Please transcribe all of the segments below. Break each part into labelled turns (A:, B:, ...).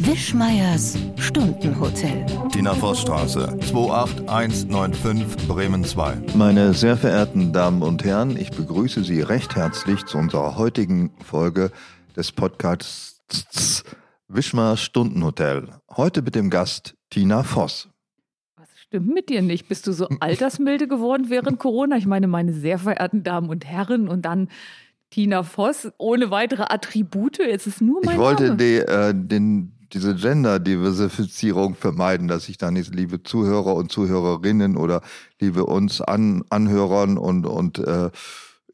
A: Wischmeiers Stundenhotel.
B: Tina Vossstraße, 28195 Bremen 2.
C: Meine sehr verehrten Damen und Herren, ich begrüße Sie recht herzlich zu unserer heutigen Folge des Podcasts Wischmar Stundenhotel. Heute mit dem Gast Tina Voss.
D: Was stimmt mit dir nicht? Bist du so altersmilde geworden während Corona? Ich meine, meine sehr verehrten Damen und Herren und dann Tina Voss ohne weitere Attribute. Es ist nur mein
C: ich wollte
D: Name.
C: die, äh, den, diese Gender-Diversifizierung vermeiden, dass ich dann jetzt liebe Zuhörer und Zuhörerinnen oder liebe uns An Anhörern und, und äh,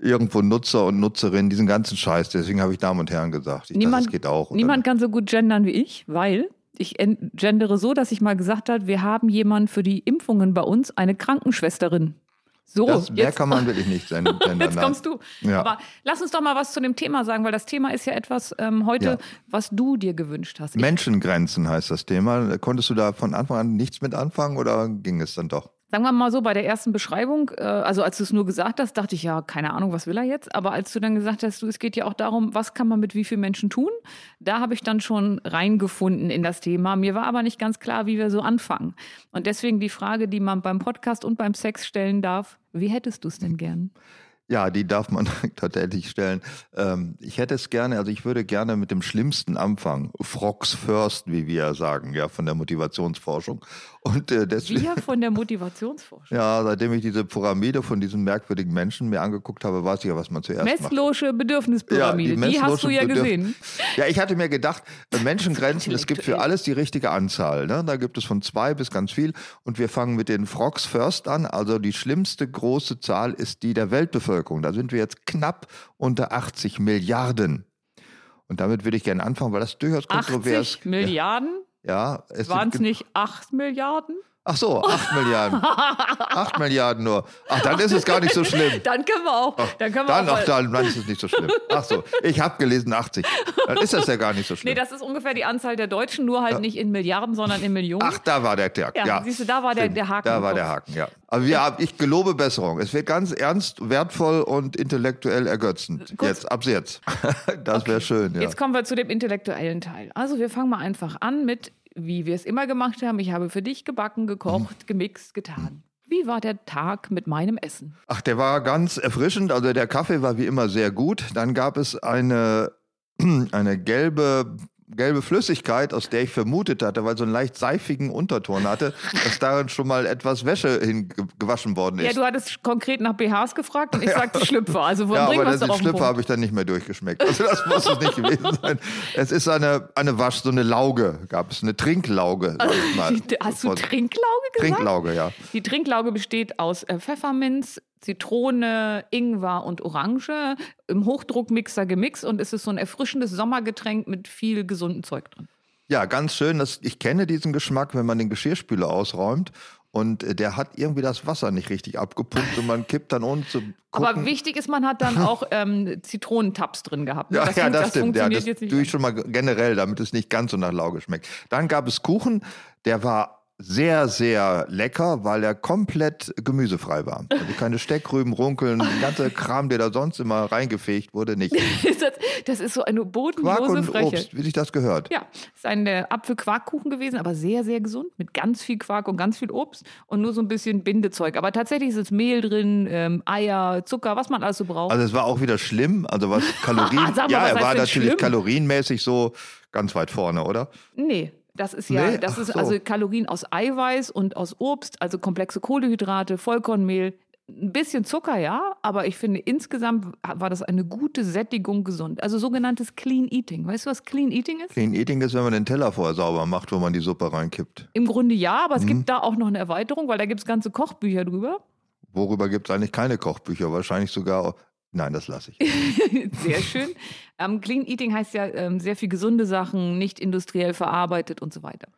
C: irgendwo Nutzer und Nutzerinnen, diesen ganzen Scheiß. Deswegen habe ich Damen und Herren gesagt. Ich
D: Niemand-
C: dachte, das geht auch. oder?
D: Niemand kann so gut gendern wie ich, weil ich en- gendere so, dass ich mal gesagt habe, wir haben jemanden für die Impfungen bei uns, eine Krankenschwesterin. So,
C: das, mehr
D: jetzt,
C: kann man wirklich nicht sein.
D: jetzt kommst du.
C: Ja.
D: Aber lass uns doch mal was zu dem Thema sagen, weil das Thema ist ja etwas ähm, heute,
C: Ja.
D: was du dir gewünscht hast. Ich-
C: Menschengrenzen heißt das Thema. Konntest du da von Anfang an nichts mit anfangen oder ging es dann doch?
D: Sagen wir mal so, bei der ersten Beschreibung, äh, also als du es nur gesagt hast, dachte ich ja, keine Ahnung, was will er jetzt? Aber als du dann gesagt hast, du, es geht ja auch darum, was kann man mit wie vielen Menschen tun, da habe ich dann schon reingefunden in das Thema. Mir war aber nicht ganz klar, wie wir so anfangen. Und deswegen die Frage, die man beim Podcast und beim Sex stellen darf, wie hättest du es denn gern?
C: Ja, die darf man tatsächlich stellen. Ähm, ich hätte es gerne, also ich würde gerne mit dem Schlimmsten anfangen. Frogs first, wie wir ja sagen, ja, von der Motivationsforschung. Und äh, deswegen.
D: Wir von der Motivationsforschung.
C: Ja, seitdem ich diese Pyramide von diesen merkwürdigen Menschen mir angeguckt habe, weiß ich ja, was man zuerst macht.
D: Messlosche Bedürfnispyramide, die, hast du
C: Messloschen
D: ja
C: Bedürf-
D: gesehen.
C: Ja, ich hatte mir gedacht, äh, Menschengrenzen, es gibt für
D: Intellektuell.
C: alles die richtige Anzahl. Ne? Da gibt es von zwei bis ganz viel. Und wir fangen mit den Frogs First an. Also die schlimmste große Zahl ist die der Weltbevölkerung. Da sind wir jetzt knapp unter 80 Milliarden. Und damit würde ich gerne anfangen, weil das durchaus kontrovers
D: 80 Milliarden?
C: Ja, es
D: Waren es
C: sind-
D: nicht 8 Milliarden?
C: Ach so, 8 Milliarden. 8 Milliarden nur. Ach, dann ist es gar nicht so schlimm.
D: Dann können wir auch. Dann können wir
C: Dann,
D: auch
C: ach, dann, dann ist es nicht so schlimm. Ach so, ich habe gelesen 80. Dann ist das ja gar nicht so schlimm.
D: Nee, das ist ungefähr die Anzahl der Deutschen, nur halt nicht in Milliarden, sondern in Millionen.
C: Ach, da war der Haken. Ja,
D: Ja, siehst du, da war der-
C: Stimmt.
D: der Haken
C: Da
D: im
C: war
D: Kopf.
C: der Haken, ja. Aber wir haben, ich gelobe Besserung. Es wird ganz ernst, wertvoll und intellektuell ergötzend.
D: Kurz-
C: Jetzt, ab jetzt. das wäre schön, ja.
D: Jetzt kommen wir zu dem intellektuellen Teil. Also wir fangen mal einfach an mit, wie wir es immer gemacht haben. Ich habe für dich gebacken,
C: Mhm.
D: gekocht, gemixt, getan. Wie war der Tag mit meinem Essen?
C: Ach, der war ganz erfrischend. Also der Kaffee war wie immer sehr gut. Dann gab es eine, eine gelbe, gelbe Flüssigkeit, aus der ich vermutet hatte, weil so einen leicht seifigen Unterton hatte, dass darin schon mal etwas Wäsche hingewaschen worden ist.
D: Ja, du hattest konkret nach BHs gefragt und ich sagte Schlüpfer. Also
C: Ja,
D: bringen
C: aber
D: wir
C: das,
D: es doch
C: den
D: auf den
C: Schlüpfer
D: Punkt.
C: habe ich dann nicht mehr durchgeschmeckt. Also das muss es nicht gewesen sein. Es ist eine, eine Wasch, so eine Lauge gab es, eine Trinklauge. sag ich mal.
D: Hast du
C: Von-
D: Trinklauge gesagt?
C: Trinklauge, ja.
D: Die Trinklauge besteht aus äh, Pfefferminz, Zitrone, Ingwer und Orange, im Hochdruckmixer gemixt und es ist so ein erfrischendes Sommergetränk mit viel gesundem Zeug drin.
C: Ja, ganz schön. Das, ich kenne diesen Geschmack, wenn man den Geschirrspüler ausräumt und äh, der hat irgendwie das Wasser nicht richtig abgepumpt und man kippt dann ohne zu gucken.
D: Aber wichtig ist, man hat dann auch ähm, Zitronentaps drin gehabt. ne?
C: ja, ja,
D: fun-
C: das stimmt. Ja,
D: funktioniert
C: das
D: jetzt nicht.
C: tue ich schon mal generell, damit es nicht ganz so nach Lauge schmeckt. Dann gab es Kuchen, der war sehr, sehr lecker, weil er komplett gemüsefrei war. Also keine Steckrüben, Runkeln, der ganze Kram, der da sonst immer reingefegt wurde, nicht.
D: das, das ist so eine bodenlose
C: Quark und
D: Freche.
C: Obst, wie sich das gehört.
D: Ja, ist ein äh, Apfelquarkkuchen gewesen, aber sehr, sehr gesund, mit ganz viel Quark und ganz viel Obst und nur so ein bisschen Bindezeug. Aber tatsächlich ist jetzt Mehl drin, ähm, Eier, Zucker, was man also braucht.
C: Also es war auch wieder schlimm, also was Kalorien,
D: Sag mal,
C: ja,
D: was
C: er
D: heißt
C: war
D: denn
C: natürlich
D: schlimm?
C: kalorienmäßig so ganz weit vorne, oder?
D: Nee, das ist ja,
C: Nee?
D: das
C: Ach
D: ist
C: so.
D: also Kalorien aus Eiweiß und aus Obst, also komplexe Kohlenhydrate, Vollkornmehl, ein bisschen Zucker, ja, aber ich finde insgesamt war das eine gute Sättigung gesund. Also sogenanntes Clean Eating. Weißt du, was Clean Eating ist?
C: Clean Eating ist, wenn man den Teller vorher sauber macht, wo man die Suppe reinkippt.
D: Im Grunde ja,
C: Mhm.
D: aber es gibt da auch noch eine Erweiterung, weil da gibt es ganze Kochbücher drüber.
C: Worüber gibt es eigentlich keine Kochbücher? Wahrscheinlich sogar. Nein, das lasse ich.
D: sehr schön. Ähm, Clean Eating heißt ja ähm, sehr viel gesunde Sachen, nicht industriell verarbeitet und so weiter.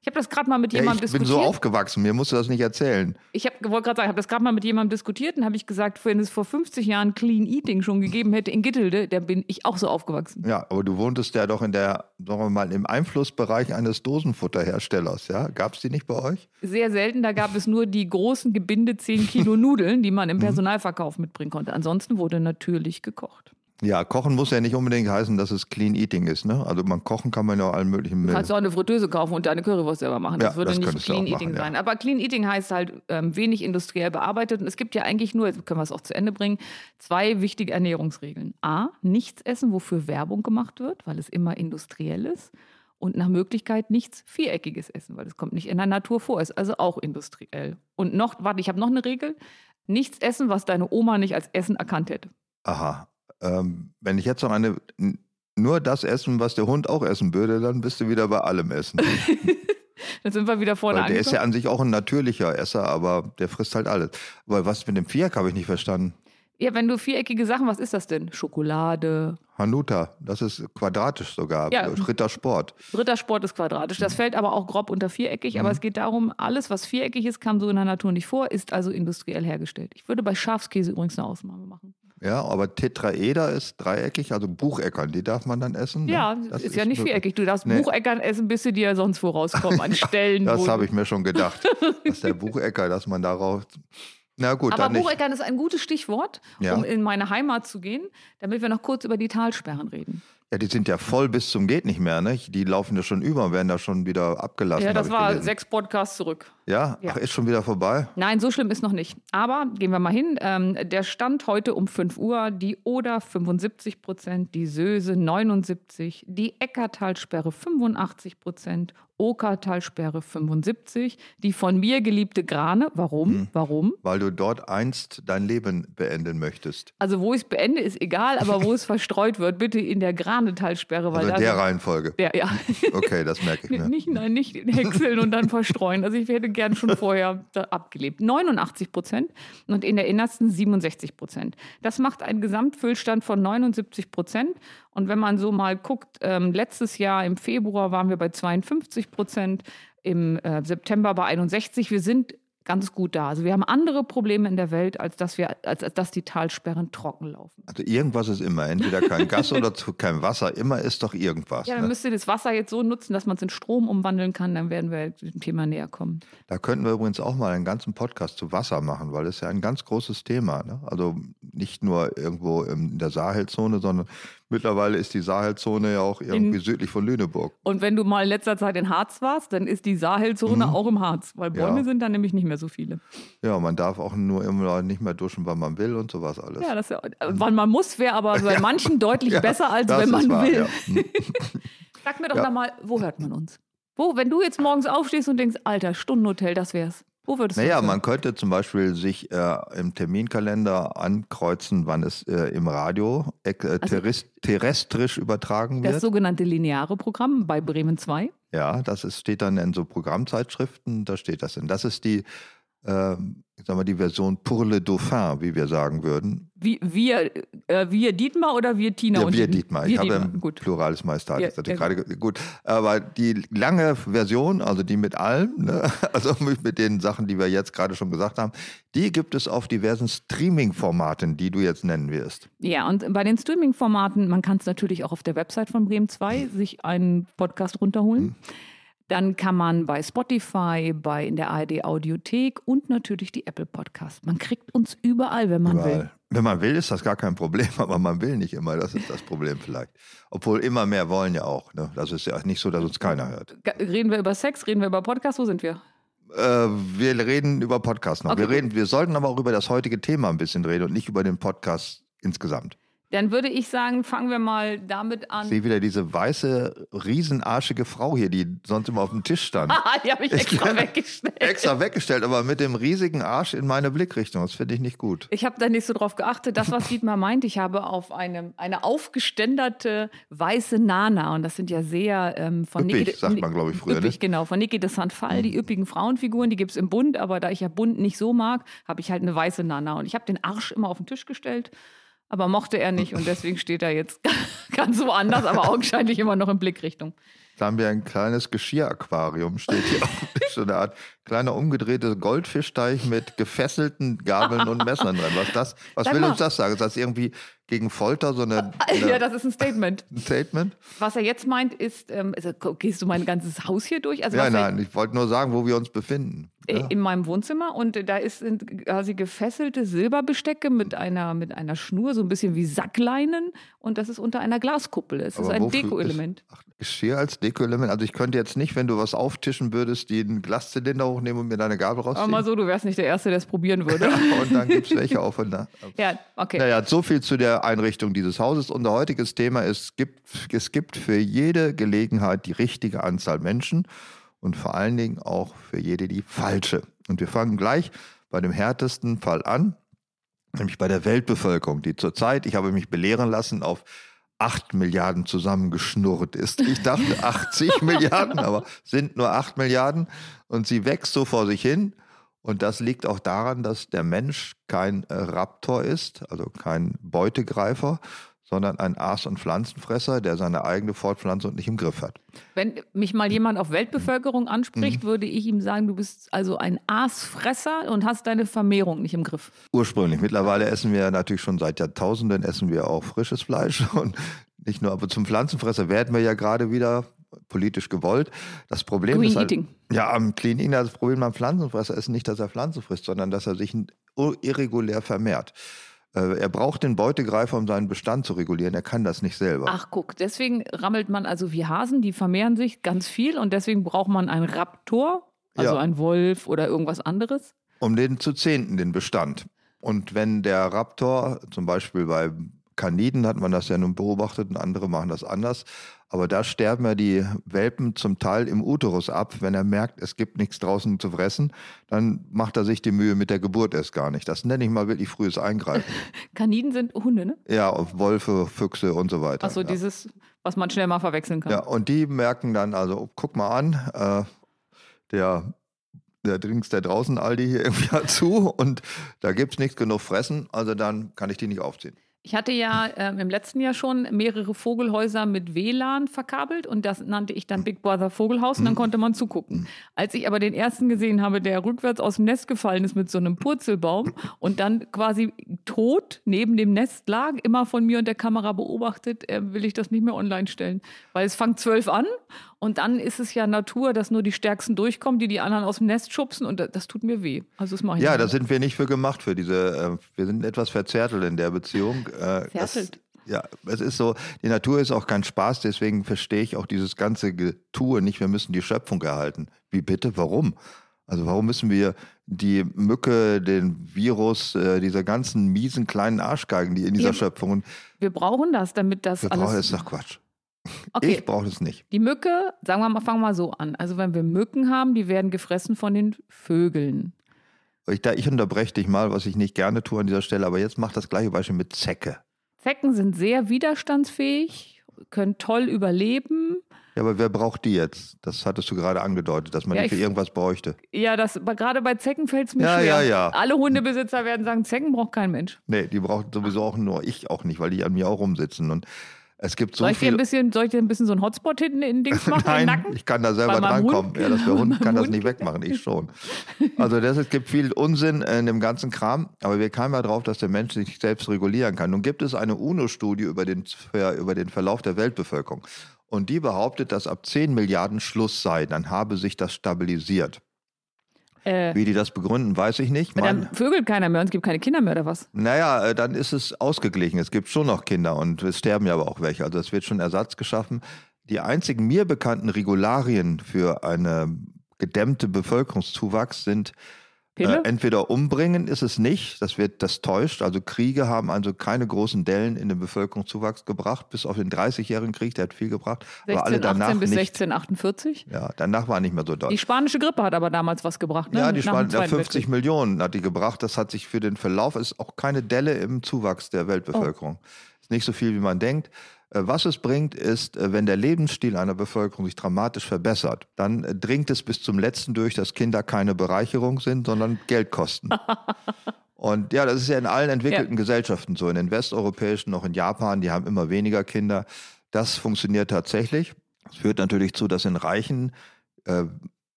D: Ich habe das gerade mal mit
C: Ja, ich
D: jemandem
C: bin
D: diskutiert.
C: so aufgewachsen, mir musst du das nicht erzählen.
D: Ich hab- wollte gerade sagen, habe das gerade mal mit jemandem diskutiert und habe ich gesagt, wenn es vor 50 Jahren Clean Eating schon gegeben hätte in Gittelde, da bin ich auch so aufgewachsen.
C: Ja, aber du wohntest ja doch in der, sagen wir mal, im Einflussbereich eines Dosenfutterherstellers, ja? Gab es die nicht bei euch?
D: Sehr selten, da gab es nur die großen Gebinde 10 Kilo Nudeln, die man im Personalverkauf mitbringen konnte. Ansonsten wurde natürlich gekocht.
C: Ja, kochen muss ja nicht unbedingt heißen, dass es Clean Eating ist. Ne? Also man kochen kann man ja allen möglichen
D: Du kannst auch eine Fritteuse kaufen und deine Currywurst selber machen. Das
C: Ja,
D: würde
C: das
D: nicht
C: könntest du
D: Clean
C: auch
D: Eating
C: machen, ja.
D: sein. Aber Clean Eating heißt halt ähm, wenig industriell bearbeitet. Und es gibt ja eigentlich nur, jetzt können wir es auch zu Ende bringen, zwei wichtige Ernährungsregeln. A, nichts essen, wofür Werbung gemacht wird, weil es immer industriell ist. Und nach Möglichkeit nichts Viereckiges essen, weil es kommt nicht in der Natur vor, ist also auch industriell. Und noch, warte, ich habe noch eine Regel. Nichts essen, was deine Oma nicht als Essen erkannt hätte.
C: Aha. Ähm, wenn ich jetzt noch eine n- nur das essen, was der Hund auch essen würde, dann bist du wieder bei allem Essen.
D: Dann sind wir wieder vorne
C: Weil der ist ja
D: angekommen.
C: an sich auch ein natürlicher Esser, aber der frisst halt alles. Weil was mit dem Viereck habe ich nicht verstanden.
D: Ja, wenn du viereckige Sachen, was ist das denn? Schokolade,
C: Hanuta, das ist quadratisch sogar. äh,
D: Ja.
C: Rittersport.
D: Rittersport ist quadratisch.
C: Mhm.
D: Das fällt aber auch grob unter viereckig. Aber es geht darum, alles, was viereckig ist, kam so in der Natur nicht vor, ist also industriell hergestellt. Ich würde bei Schafskäse übrigens eine Ausnahme machen.
C: Ja, aber Tetraeder ist dreieckig, also Bucheckern, die darf man dann essen. ne?
D: Ja,
C: Das
D: ist, ja nicht
C: wirklich-
D: viereckig. Du darfst
C: Nee.
D: Bucheckern essen, bis sie dir sonst wo rauskommen, an Stellen.
C: Das
D: wo
C: habe ich mir schon gedacht. dass der Buchecker, dass man darauf. Na gut,
D: Aber
C: dann nicht.
D: Bucheckern ist ein gutes Stichwort,
C: Ja.
D: um in meine Heimat zu gehen, damit wir noch kurz über die Talsperren reden.
C: Ja, die sind ja voll bis zum Geht nicht mehr, ne? Die laufen ja schon über, werden da schon wieder abgelassen.
D: ja, das
C: hab ich
D: war
C: gelesen.
D: sechs Podcasts zurück.
C: Ja?
D: Ja.
C: Ach, ist schon wieder vorbei?
D: Nein, so schlimm ist noch nicht. Aber gehen wir mal hin. Ähm, der Stand heute um 5 Uhr, die Oder 75 Prozent, die Söse 79, die Eckartalsperre 85 Prozent, Okertalsperre 75, die von mir geliebte Grane. Warum?
C: Hm.
D: Warum?
C: Weil du dort einst dein Leben beenden möchtest.
D: Also wo ich es beende, ist egal, aber wo es verstreut wird, bitte in der Granetalsperre, weil
C: Also in
D: da
C: der Reihenfolge.
D: der, ja.
C: Okay, das merke ich mir.
D: Nicht, nein, nicht häckseln und dann verstreuen. Also ich hätte gern schon vorher da abgelebt. 89 Prozent und in der innersten 67 Prozent. Das macht einen Gesamtfüllstand von 79 Prozent. Und wenn man so mal guckt, ähm, letztes Jahr im Februar waren wir bei 52 Prozent, im äh, September bei 61. Wir sind ganz gut da. Also wir haben andere Probleme in der Welt, als dass, wir, als, als dass die Talsperren trocken laufen.
C: Also irgendwas ist immer. Entweder kein Gas oder zu, kein Wasser. Immer ist doch irgendwas.
D: Ja, dann
C: ne?
D: müsst ihr das Wasser jetzt so nutzen, dass man es in Strom umwandeln kann, dann werden wir dem Thema näher kommen.
C: Da könnten wir übrigens auch mal einen ganzen Podcast zu Wasser machen, weil das ist ja ein ganz großes Thema. Ne? Also nicht nur irgendwo in der Sahelzone, sondern mittlerweile ist die Sahelzone ja auch irgendwie südlich von Lüneburg.
D: Und wenn du mal in letzter Zeit in Harz warst, dann ist die Sahelzone auch im Harz, weil Bäume
C: Mhm. Ja.
D: sind da nämlich nicht mehr so viele.
C: Ja, man darf auch nur immer nicht mehr duschen, wann man will und sowas alles.
D: Ja, das ist ja, also, wann man muss, wäre aber bei manchen deutlich besser, als
C: das
D: wenn man
C: ist wahr,
D: will.
C: ja. Hm.
D: Sag mir doch
C: Ja.
D: noch mal, wo hört man uns? Wo, wenn du jetzt morgens aufstehst und denkst, Alter, Stundenhotel, das wär's. Wo würdest du
C: Naja,
D: uns hören?
C: man könnte zum Beispiel sich äh, im Terminkalender ankreuzen, wann es äh, im Radio äh, terrest- terrestrisch übertragen wird.
D: Also Das sogenannte lineare Programm bei Bremen 2.
C: Ja, das ist, steht dann in so Programmzeitschriften, da steht das drin. Das ist die, ähm, ich sag mal, die Version pour le Dauphin, wie wir sagen würden.
D: Wie, wir, äh, wir Dietmar oder wir Tina
C: Ja,
D: und
C: wir Dietmar.
D: Dietmar? Wir
C: Ich habe
D: Dietmar.
C: im
D: Gut.
C: Plurales Majestat
D: Ja,
C: gesagt.
D: ja,
C: Ich gerade, ge- gut. Aber die lange Version, also die mit allem, ne? also mit mit den Sachen, die wir jetzt gerade schon gesagt haben, die gibt es auf diversen Streaming-Formaten, die du jetzt nennen wirst.
D: Ja, und bei den Streaming-Formaten, man kann es natürlich auch auf der Website von Bremen 2 sich einen Podcast runterholen. Dann kann man bei Spotify, bei in der ARD Audiothek und natürlich die Apple Podcast. Man kriegt uns überall, wenn man will.
C: Überall. Wenn man will, ist das gar kein Problem, aber man will nicht immer. Das ist das Problem vielleicht. Obwohl immer mehr wollen ja auch. Ne? Das ist ja nicht so, dass uns keiner hört.
D: G- Reden wir über Sex, reden wir über Podcast, wo sind wir?
C: Äh, wir reden über Podcast noch. Wir,
D: Okay.
C: reden, wir sollten aber auch über das heutige Thema ein bisschen reden und nicht über den Podcast insgesamt.
D: Dann würde ich sagen, fangen wir mal damit
C: Ich
D: an.
C: sehe wieder diese weiße, riesenarschige Frau hier, die sonst immer auf dem Tisch stand.
D: Ah, die habe ich extra weggestellt.
C: Extra weggestellt, aber mit dem riesigen Arsch in meine Blickrichtung. Das finde ich nicht gut.
D: Ich habe da nicht so drauf geachtet. Das, was Dietmar meint, ich habe auf eine, eine aufgeständerte weiße Nana, und das sind ja sehr ähm, von
C: Üppig,
D: Niki. de-
C: sagt man, glaube ich, früher, ne? Mhm.
D: Üppig, genau. Von Niki de Santfal, die üppigen Frauenfiguren, die gibt es im Bund, aber da ich ja bunt nicht so mag, habe ich halt eine weiße Nana. Und ich habe den Arsch immer auf den Tisch gestellt, aber mochte er nicht und deswegen steht er jetzt ganz woanders, aber augenscheinlich immer noch in Blickrichtung.
C: Da haben wir ein kleines Geschirraquarium, steht hier auf dem Tisch. So eine Art kleiner umgedrehter Goldfischteich mit gefesselten Gabeln und Messern drin. Was, das, was
D: Sag
C: will
D: mal.
C: uns das sagen? Ist das irgendwie gegen Folter so eine, eine
D: Ja, das ist ein Statement.
C: ein Statement?
D: Was er jetzt meint, ist, ähm, also, gehst du mein ganzes Haus hier durch? Also,
C: Ja,
D: was er-
C: nein, ich wollte nur sagen, wo wir uns befinden.
D: äh,
C: Ja.
D: in meinem Wohnzimmer und äh, da ist sind quasi gefesselte Silberbestecke mit einer, mit einer Schnur, so ein bisschen wie Sackleinen und das ist unter einer Glaskuppel. Es ist
C: Aber
D: ein
C: wofür
D: Deko-Element.
C: Ach, Geschirr als Deko-Element. Also ich könnte jetzt nicht, wenn du was auftischen würdest, den Glaszylinder hochnehmen und mir deine Gabel
D: Aber
C: rausziehen.
D: mal so, du wärst nicht der Erste, der es probieren würde.
C: Und dann gibt es welche ne? aufeinander.
D: ja, okay.
C: Naja, so viel zu der Einrichtung dieses Hauses. Unser heutiges Thema ist, es gibt, es gibt für jede Gelegenheit die richtige Anzahl Menschen und vor allen Dingen auch für jede die falsche. Und wir fangen gleich bei dem härtesten Fall an, nämlich bei der Weltbevölkerung, die zurzeit, ich habe mich belehren lassen, auf 8 Milliarden zusammengeschnurrt ist. Ich dachte 80 Milliarden, aber sind nur 8 Milliarden und sie wächst so vor sich hin. Und das liegt auch daran, dass der Mensch kein äh, Raptor ist, also kein Beutegreifer, sondern ein Aas- und Pflanzenfresser, der seine eigene Fortpflanzung nicht im Griff hat.
D: Wenn mich mal jemand auf Weltbevölkerung anspricht,
C: Mhm.
D: würde ich ihm sagen, du bist also ein Aasfresser und hast deine Vermehrung nicht im Griff.
C: Ursprünglich. Mittlerweile essen wir natürlich schon seit Jahrtausenden essen wir auch frisches Fleisch und nicht nur, aber zum Pflanzenfresser werden wir ja gerade wieder politisch gewollt. Das Problem
D: Green
C: ist halt,
D: Eating.
C: ja am Clean Eating das Problem am Pflanzenfresser ist nicht, dass er Pflanzen frisst, sondern dass er sich u- irregulär vermehrt. Äh, Er braucht den Beutegreifer, um seinen Bestand zu regulieren. Er kann das nicht selber.
D: Ach guck, deswegen rammelt man also wie Hasen, die vermehren sich ganz viel und deswegen braucht man einen Raptor, also
C: Ja.
D: einen Wolf oder irgendwas anderes.
C: um den zu zehnten, den Bestand. Und wenn der Raptor, zum Beispiel bei Kaniden hat man das ja nun beobachtet und andere machen das anders, aber da sterben ja die Welpen zum Teil im Uterus ab. Wenn er merkt, es gibt nichts draußen zu fressen, dann macht er sich die Mühe mit der Geburt erst gar nicht. Das nenne ich mal wirklich frühes Eingreifen.
D: Kaniden sind Hunde, ne?
C: ja, auf Wolfe, Füchse und so weiter.
D: Achso,
C: ja.
D: dieses, was man schnell mal verwechseln kann.
C: Ja, und die merken dann, also oh, guck mal an, äh, der, der Drinks, der draußen Aldi hier irgendwie hat zu und da gibt es nichts genug fressen, also dann kann ich die nicht aufziehen.
D: Ich hatte ja ähm, im letzten Jahr schon mehrere Vogelhäuser mit WLAN verkabelt und das nannte ich dann Big Brother Vogelhaus
C: Hm.
D: und dann konnte man zugucken. Als ich aber den ersten gesehen habe, der rückwärts aus dem Nest gefallen ist mit so einem Purzelbaum und dann quasi tot neben dem Nest lag, immer von mir und der Kamera beobachtet, äh, will ich das nicht mehr online stellen. Weil es fängt zwölf an und dann ist es ja Natur, dass nur die Stärksten durchkommen, die die anderen aus dem Nest schubsen und das, das tut mir weh. Also das mache ich
C: Ja,
D: nicht.
C: da sind wir nicht für gemacht, für diese, äh, wir sind etwas verzärtelt in der Beziehung. Äh, das,
D: Verzärtelt.
C: ja, es ist so, die Natur ist auch kein Spaß, deswegen verstehe ich auch dieses ganze Getue nicht, wir müssen die Schöpfung erhalten. Wie bitte, warum? Also warum müssen wir die Mücke, den Virus, äh, diese ganzen miesen kleinen Arschgeigen, die in dieser
D: Eben.
C: Schöpfung und
D: Wir brauchen das, damit das
C: Wir
D: alles...
C: brauchen das ist doch Quatsch.
D: okay.
C: Ich brauche das nicht.
D: Die Mücke, sagen wir mal, fangen wir mal so an. Also wenn wir Mücken haben, die werden gefressen von den Vögeln.
C: Ich, da, ich unterbreche dich mal, was ich nicht gerne tue an dieser Stelle, aber jetzt mach das gleiche Beispiel mit Zecke.
D: Zecken sind sehr widerstandsfähig, können toll überleben.
C: Ja, aber wer braucht die jetzt? Das hattest du gerade angedeutet, dass man
D: Ja,
C: die für
D: ich-
C: irgendwas bräuchte.
D: Ja, das aber gerade bei Zecken fällt es mir
C: Ja, ja,
D: schwer.
C: ja.
D: Alle Hundebesitzer werden sagen, Zecken braucht kein Mensch.
C: Nee, die braucht sowieso auch nur ich auch nicht, weil die an mir auch rumsitzen. Und es gibt so
D: soll, ich dir ein
C: viele.
D: bisschen, soll ich dir ein bisschen so ein Hotspot hinten in den Dings machen, in den
C: Nein,
D: Nacken?
C: ich kann da selber
D: Bei meinem
C: drankommen.
D: Hund?
C: Ja, das, der
D: Bei
C: Hund
D: meinem
C: kann das
D: Hund?
C: nicht wegmachen, ich schon. Also das, es gibt viel Unsinn in dem ganzen Kram, aber wir kamen ja drauf, dass der Mensch sich selbst regulieren kann. Nun gibt es eine UNO-Studie über den, über den Verlauf der Weltbevölkerung und die behauptet, dass ab 10 Milliarden Schluss sei, dann habe sich das stabilisiert.
D: Äh,
C: Wie die das begründen, weiß ich nicht. Mein,
D: dann vögelt keiner mehr und es gibt keine Kinder mehr oder was?
C: naja, äh, dann ist es ausgeglichen. Es gibt schon noch Kinder und es sterben ja aber auch welche. Also es wird schon Ersatz geschaffen. Die einzigen mir bekannten Regularien für eine gedämmte Bevölkerungszuwachs sind
D: Pille?
C: äh, entweder umbringen ist es nicht, das wird das täuscht. Also Kriege haben also keine großen Dellen in den Bevölkerungszuwachs gebracht, bis auf den 30-jährigen Krieg, der hat viel gebracht, aber alle
D: 16,
C: danach
D: 18 bis
C: nicht.
D: 1648?
C: Ja, danach war nicht mehr so doll.
D: Die spanische Grippe hat aber damals was gebracht, ne?
C: Ja, die
D: Nach
C: Span
D: dem
C: ja,
D: Zweiten
C: 50
D: Weltkrieg.
C: Millionen hat die gebracht. Das hat sich für den Verlauf, ist auch keine Delle im Zuwachs der Weltbevölkerung.
D: Oh.
C: Ist nicht so viel, wie man denkt. Äh, Was es bringt, ist, äh, wenn der Lebensstil einer Bevölkerung sich dramatisch verbessert, dann äh, dringt es bis zum Letzten durch, dass Kinder keine Bereicherung sind, sondern Geld kosten. Und ja, das ist ja in allen entwickelten Gesellschaften so, in den westeuropäischen, auch in Japan, die haben immer weniger Kinder. Das funktioniert tatsächlich. Das führt natürlich zu, dass in reichen, äh,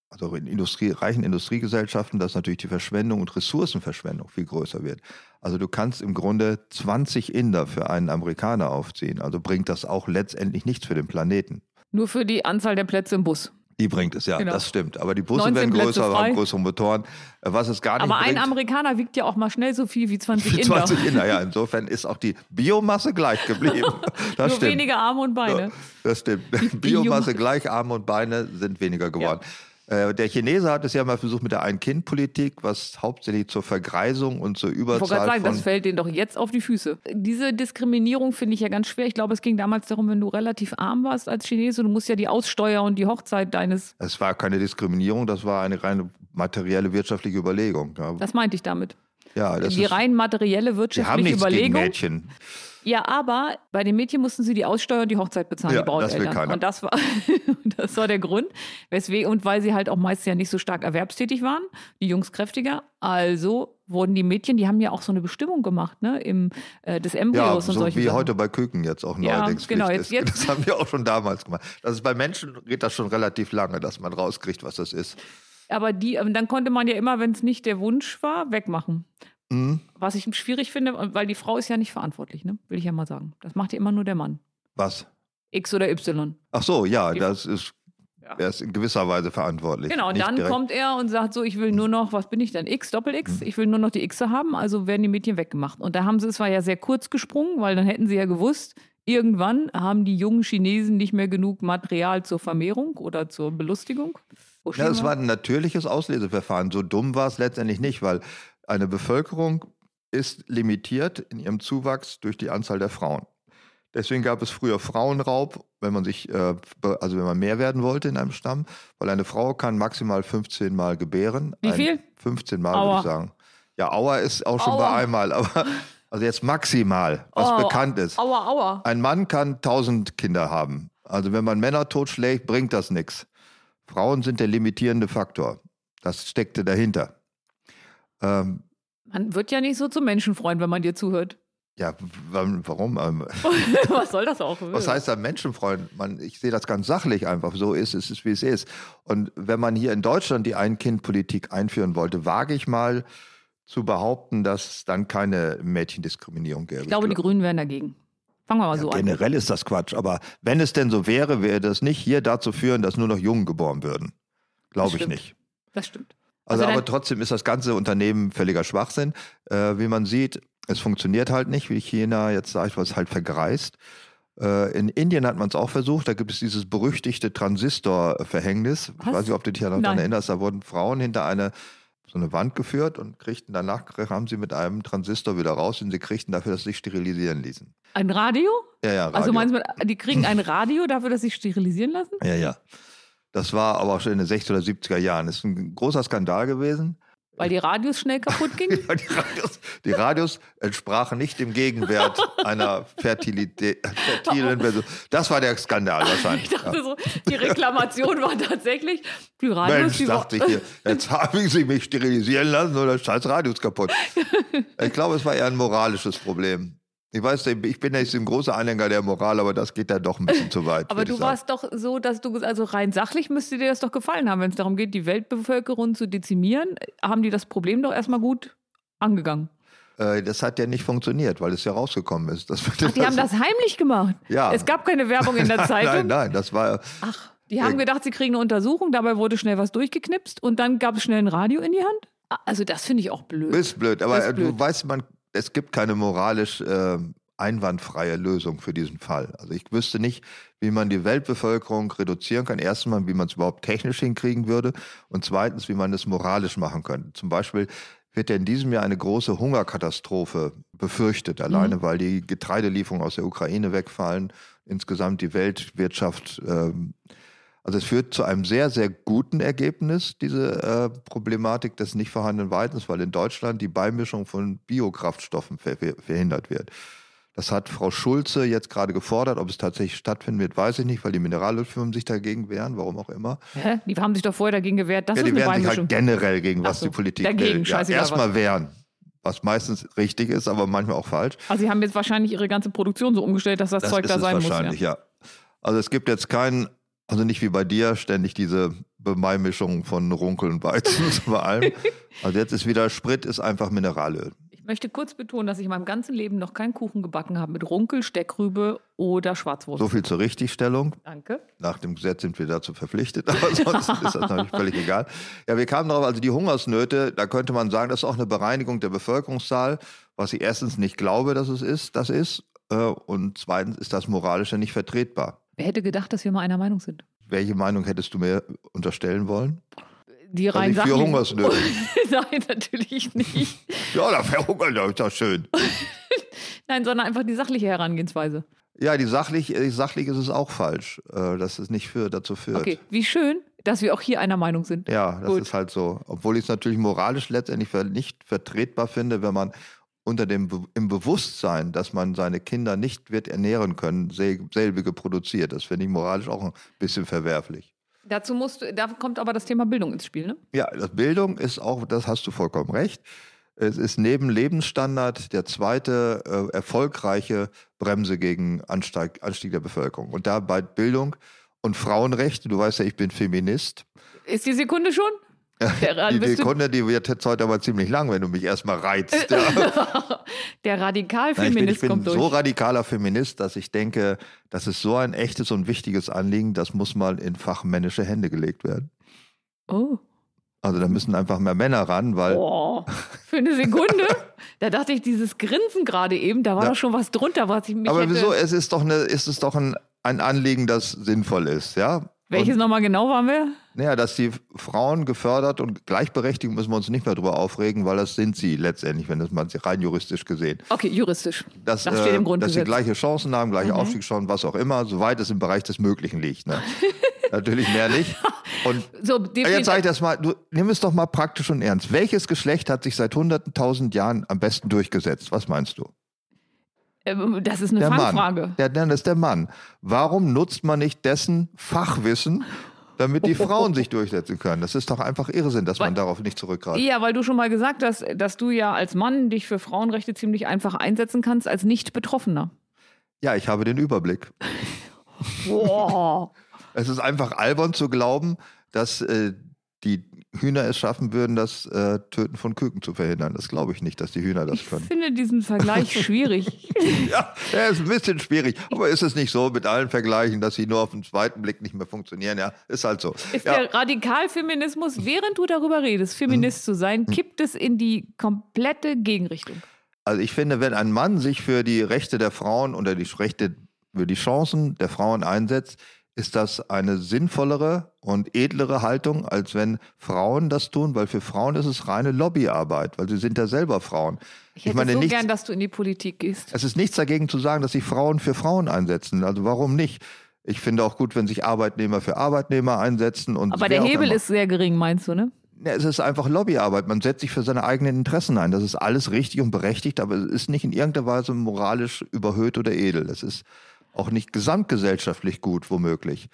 C: also in Industrie, reichen Industriegesellschaften, dass natürlich die Verschwendung und Ressourcenverschwendung viel größer wird. Also du kannst im Grunde 20 Inder für einen Amerikaner aufziehen. Also bringt das auch letztendlich nichts für den Planeten.
D: Nur für die Anzahl der Plätze im Bus.
C: Die bringt es, ja,
D: Genau.
C: das stimmt. Aber die Busse
D: 19
C: werden
D: Plätze
C: größer,
D: frei.
C: haben größere Motoren. Äh, Was es gar nicht
D: Aber ein
C: bringt,
D: Amerikaner wiegt ja auch mal schnell so viel wie 20
C: die
D: Inder.
C: 20 Inder. Ja, insofern ist auch die Biomasse gleich geblieben. Das
D: Nur
C: stimmt.
D: weniger Arme und Beine.
C: Das stimmt. Biomasse gleich, Arme und Beine sind weniger geworden. Äh, Der Chinese hat es ja mal versucht mit der Ein-Kind-Politik, was hauptsächlich zur Vergreisung und zur
D: Ich wollte
C: Überzahl
D: gerade sagen,
C: von
D: das fällt denen doch jetzt auf die Füße. Diese Diskriminierung finde ich ja ganz schwer. Ich glaube, es ging damals darum, wenn du relativ arm warst als Chinese, du musst ja die Aussteuer und die Hochzeit deines.
C: Es war keine Diskriminierung, das war eine reine materielle wirtschaftliche Überlegung. Ja,
D: Das meinte ich damit.
C: ja das
D: die
C: ist,
D: rein materielle
C: die haben
D: wirtschaftliche
C: nichts gegen
D: Überlegung.
C: Mädchen.
D: Ja, aber bei den Mädchen mussten sie die Aussteuer und die Hochzeit bezahlen,
C: Ja,
D: die
C: das will
D: Brauteltern.
C: keiner.
D: und das war, das war der Grund, weswegen und weil sie halt auch meist ja nicht so stark erwerbstätig waren, die Jungs kräftiger. Also wurden die Mädchen, die haben ja auch so eine Bestimmung gemacht, ne, im äh, des Embryos
C: Ja,
D: und
C: so
D: solche
C: wie
D: Sachen.
C: heute bei Küken jetzt auch
D: Ja,
C: neuerdings
D: genau,
C: Pflicht
D: jetzt-
C: ist. Das
D: jetzt-
C: haben wir auch schon damals gemacht. Das ist, bei Menschen geht das schon relativ lange, dass man rauskriegt, was das ist.
D: Aber die, ähm, dann konnte man ja immer, wenn es nicht der Wunsch war, wegmachen.
C: Hm,
D: Was ich schwierig finde, weil die Frau ist ja nicht verantwortlich, ne? Will ich ja mal sagen. Das macht ja immer nur der Mann.
C: Was?
D: X oder Y.
C: Ach so, ja,
D: Die-
C: das ist,
D: Ja.
C: er ist in gewisser Weise verantwortlich.
D: Genau, und
C: Nicht
D: dann
C: direkt. Mhm.
D: kommt er und sagt so, ich will nur noch, was bin ich denn, X, Doppel-X, ich will nur noch die Xe haben, also werden die Mädchen weggemacht. Und da haben sie, es war ja sehr kurz gesprungen, weil dann hätten sie ja gewusst, irgendwann haben die jungen Chinesen nicht mehr genug Material zur Vermehrung oder zur Belustigung. Wo
C: Ja,
D: stehen
C: es
D: wir?
C: war ein natürliches Ausleseverfahren. So dumm war es letztendlich nicht, weil eine Bevölkerung ist limitiert in ihrem Zuwachs durch die Anzahl der Frauen. Deswegen gab es früher Frauenraub, wenn man sich, äh, be- also wenn man mehr werden wollte in einem Stamm, weil eine Frau kann maximal 15 Mal gebären.
D: Wie
C: Ein-
D: viel?
C: 15 Mal,
D: Aua.
C: würde ich sagen. Ja, Auer ist auch schon
D: Aua.
C: bei einmal, aber also jetzt maximal, was
D: Oh,
C: bekannt ist.
D: Aua, aua.
C: Ein Mann kann 1000 Kinder haben. Also wenn man Männer totschlägt, bringt das nichts. Frauen sind der limitierende Faktor. Das steckte dahinter. Ähm,
D: Man wird ja nicht so zum Menschenfreund, wenn man dir zuhört.
C: ja, w- warum? Ähm,
D: was soll das auch?
C: Was heißt da Menschenfreund? Man, ich sehe das ganz sachlich einfach. So ist es, ist, wie es ist. Und wenn man hier in Deutschland die Ein-Kind-Politik einführen wollte, wage ich mal zu behaupten, dass es dann keine Mädchendiskriminierung gäbe.
D: Ich glaube, die Grünen wären dagegen. Fangen wir mal so an.
C: Generell ist das Quatsch, aber wenn es denn so wäre, würde das nicht hier dazu führen, dass nur noch Jungen geboren würden.
D: Das
C: Glaube ich
D: stimmt.
C: nicht.
D: Das stimmt.
C: Also,
D: Also
C: aber
D: dann-
C: trotzdem ist das ganze Unternehmen völliger Schwachsinn. Äh, wie man sieht, es funktioniert halt nicht, wie China jetzt sagt, was halt vergreist. Äh, in Indien hat man es auch versucht, da gibt es dieses berüchtigte Transistor-Verhängnis. Ich
D: Was?
C: weiß nicht, ob du dich daran
D: Nein.
C: erinnerst, da wurden Frauen hinter eine so eine Wand geführt und kriegten danach haben sie mit einem Transistor wieder raus und sie kriegten dafür, dass sie sich sterilisieren ließen.
D: Ein Radio?
C: Ja, ja, Radio.
D: Also meinst du, die kriegen ein Radio dafür, dass sie sich sterilisieren lassen?
C: Ja, ja. Das war aber auch schon in den 60er oder 70er Jahren. Das ist ein großer Skandal gewesen.
D: Weil die Radios schnell kaputt gingen?
C: Die Radios, die Radios entsprachen nicht dem Gegenwert einer Fertilität, fertilen Person. Das war der Skandal wahrscheinlich.
D: Ich dachte Also so, die Reklamation war tatsächlich, die Radios,
C: Mensch,
D: die war-
C: dachte ich hier, jetzt haben sie mich sterilisieren lassen oder scheiß Radio ist kaputt. Ich glaube, es war eher ein moralisches Problem. Ich weiß, ich bin ja nicht so ein großer Anhänger der Moral, aber das geht da doch ein bisschen zu weit.
D: aber
C: würde ich
D: du
C: sagen.
D: warst doch so, dass du, ges- also rein sachlich müsste dir das doch gefallen haben, wenn es darum geht, die Weltbevölkerung zu dezimieren, haben die das Problem doch erstmal gut angegangen.
C: Äh, Das hat ja nicht funktioniert, weil es ja rausgekommen ist. Das,
D: Ach, die haben das heimlich gemacht.
C: Ja.
D: Es gab keine Werbung in der
C: Nein,
D: Zeitung.
C: Äh. nein, das war.
D: Ach, die haben gedacht, sie kriegen eine Untersuchung, dabei wurde schnell was durchgeknipst und dann gab es schnell ein Radio in die Hand. Ah, Also das finde ich auch blöd.
C: Ist blöd, aber
D: Ist
C: äh, du
D: blöd.
C: weißt, man, es gibt keine moralisch ähm, einwandfreie Lösung für diesen Fall. Also ich wüsste nicht, wie man die Weltbevölkerung reduzieren kann. Erstens mal, wie man es überhaupt technisch hinkriegen würde und zweitens, wie man es moralisch machen könnte. Zum Beispiel wird ja in diesem Jahr eine große Hungerkatastrophe
D: Mhm.
C: befürchtet, alleine weil die Getreidelieferungen aus der Ukraine wegfallen, insgesamt die Weltwirtschaft ähm, also es führt zu einem sehr, sehr guten Ergebnis, diese äh, Problematik des nicht vorhandenen Weidens, weil in Deutschland die Beimischung von Biokraftstoffen ver ver verhindert wird. Das hat Frau Schulze jetzt gerade gefordert. Ob es tatsächlich stattfinden wird, weiß ich nicht, weil die Mineralölfirmen sich dagegen wehren, warum auch immer.
D: Hä? Die haben sich doch vorher dagegen gewehrt. Das
C: ja,
D: ist
C: die
D: eine
C: wehren sich
D: Beimischung.
C: halt generell gegen
D: Ach
C: was
D: so,
C: die Politik
D: dagegen,
C: will. Ja,
D: scheißegal was.
C: erstmal wehren, was meistens richtig ist, aber manchmal auch falsch.
D: also sie haben jetzt wahrscheinlich ihre ganze Produktion so umgestellt, dass das, Zeug
C: ist
D: da
C: es
D: sein muss. Ja.
C: wahrscheinlich, ja. Also es gibt jetzt keinen Also nicht wie bei dir ständig diese Beimischung von Runkel und Weizen zu allem. Also jetzt ist wieder Sprit, ist einfach Mineralöl.
D: Ich möchte kurz betonen, dass ich in meinem ganzen Leben noch keinen Kuchen gebacken habe mit Runkel, Steckrübe oder Schwarzwurst.
C: So viel zur Richtigstellung.
D: Danke.
C: Nach dem Gesetz sind wir dazu verpflichtet, aber sonst ist das natürlich völlig egal. Ja, wir kamen darauf, also die Hungersnöte, da könnte man sagen, das ist auch eine Bereinigung der Bevölkerungszahl, was ich erstens nicht glaube, dass es ist, das ist. äh, Und zweitens ist das moralisch ja nicht vertretbar.
D: Wer hätte gedacht, dass wir mal einer Meinung sind?
C: Welche Meinung hättest du mir unterstellen wollen?
D: Die
C: Also
D: rein
C: ich für
D: sachlichen-
C: Hungersnöte.
D: Nein, natürlich nicht.
C: Ja, da verhungern, das ist doch schön.
D: Nein, sondern einfach die sachliche Herangehensweise.
C: Ja, die sachlich, äh, sachlich ist es auch falsch, äh, dass es nicht für, dazu führt.
D: Okay, wie schön, dass wir auch hier einer Meinung sind.
C: Ja, das
D: Gut.
C: ist halt so. Obwohl ich es natürlich moralisch letztendlich ver- nicht vertretbar finde, wenn man unter dem Be im Bewusstsein, dass man seine Kinder nicht wird ernähren können, sel selbige produziert. Das finde ich moralisch auch ein bisschen verwerflich.
D: Dazu musst, du- da kommt aber das Thema Bildung ins Spiel, ne?
C: Ja, das Bildung ist auch, das hast du vollkommen recht. Es ist neben Lebensstandard der zweite äh, erfolgreiche Bremse gegen Ansteig, Anstieg der Bevölkerung. Und da bei Bildung und Frauenrechte, du weißt ja, ich bin Feminist.
D: Ist die Sekunde schon? Der, Ra-
C: Die
D: bist Ah, du-
C: Sekunde, die wird jetzt heute aber ziemlich lang, wenn du mich erstmal reizt. Ja.
D: der
C: Nein, ich
D: Radikalfeminist
C: bin, ich bin
D: äh, kommt durch.
C: so radikaler Feminist, dass ich denke, das ist so ein echtes und wichtiges Anliegen, das muss mal in fachmännische Hände gelegt werden.
D: oh.
C: Also da müssen einfach mehr Männer ran, weil
D: Boah, für eine Sekunde. da dachte ich, dieses Grinsen gerade eben, da war
C: Ja.
D: doch schon was drunter, was ich mich
C: Aber
D: hätte...
C: wieso? Es ist doch, eine, es ist doch ein, ein Anliegen, das sinnvoll ist, ja?
D: Welches nochmal genau waren wir?
C: Und, naja, dass die Frauen gefördert und gleichberechtigt müssen wir uns nicht mehr drüber aufregen, weil das sind sie letztendlich, wenn das man rein juristisch gesehen.
D: Okay, juristisch.
C: Dass,
D: Das
C: äh,
D: steht im
C: dass sie
D: Grundgesetz. Mhm.
C: gleiche Chancen haben, gleiche Aufstiegschancen, was auch immer, soweit es im Bereich des Möglichen liegt. Ne? Natürlich mehr nicht. Und Ah,
D: So,
C: jetzt
D: definitiv-
C: sage ich das mal, du, nimm es doch mal praktisch und ernst. Welches Geschlecht hat sich seit hunderten, tausend Jahren am besten durchgesetzt? Was meinst du?
D: ähm, das ist eine
C: der
D: Fangfrage.
C: Mann. Der, nein, das ist der Mann. Warum nutzt man nicht dessen Fachwissen, damit die Frauen sich durchsetzen können? Das ist doch einfach Irrsinn, dass man darauf nicht zurückgreift.
D: Ja, weil du schon mal gesagt hast, dass du ja als Mann dich für Frauenrechte ziemlich einfach einsetzen kannst, als Nicht-Betroffener.
C: Ja, ich habe den Überblick.
D: Boah.
C: Es ist einfach albern zu glauben, dass äh, die Hühner es schaffen würden, das äh, Töten von Küken zu verhindern. Das glaube ich nicht, dass die Hühner das
D: Ich
C: können.
D: finde diesen Vergleich schwierig.
C: Ja, ja, ist ein bisschen schwierig. Aber ist es nicht so mit allen Vergleichen, dass sie nur auf den zweiten Blick nicht mehr funktionieren? Ja, ist halt so.
D: Ist
C: ja.
D: der Radikalfeminismus, während du darüber redest,
C: Mhm.
D: Feminist zu sein, kippt es in die komplette Gegenrichtung.
C: Also ich finde, wenn ein Mann sich für die Rechte der Frauen oder die Rechte für die Chancen der Frauen einsetzt, ist das eine sinnvollere und edlere Haltung, als wenn Frauen das tun, weil für Frauen ist es reine Lobbyarbeit, weil sie sind ja selber Frauen.
D: Ich hätte so
C: nichts,
D: gern, dass du in die Politik gehst.
C: es ist nichts dagegen zu sagen, dass sich Frauen für Frauen einsetzen. Also warum nicht? Ich finde auch gut, wenn sich Arbeitnehmer für Arbeitnehmer einsetzen und
D: Aber
C: wer
D: der
C: auch
D: Hebel
C: immer.
D: ist sehr gering, meinst du, ne?
C: Ja, es ist einfach Lobbyarbeit. Man setzt sich für seine eigenen Interessen ein. Das ist alles richtig und berechtigt, aber es ist nicht in irgendeiner Weise moralisch überhöht oder edel. Das ist auch nicht gesamtgesellschaftlich gut, womöglich.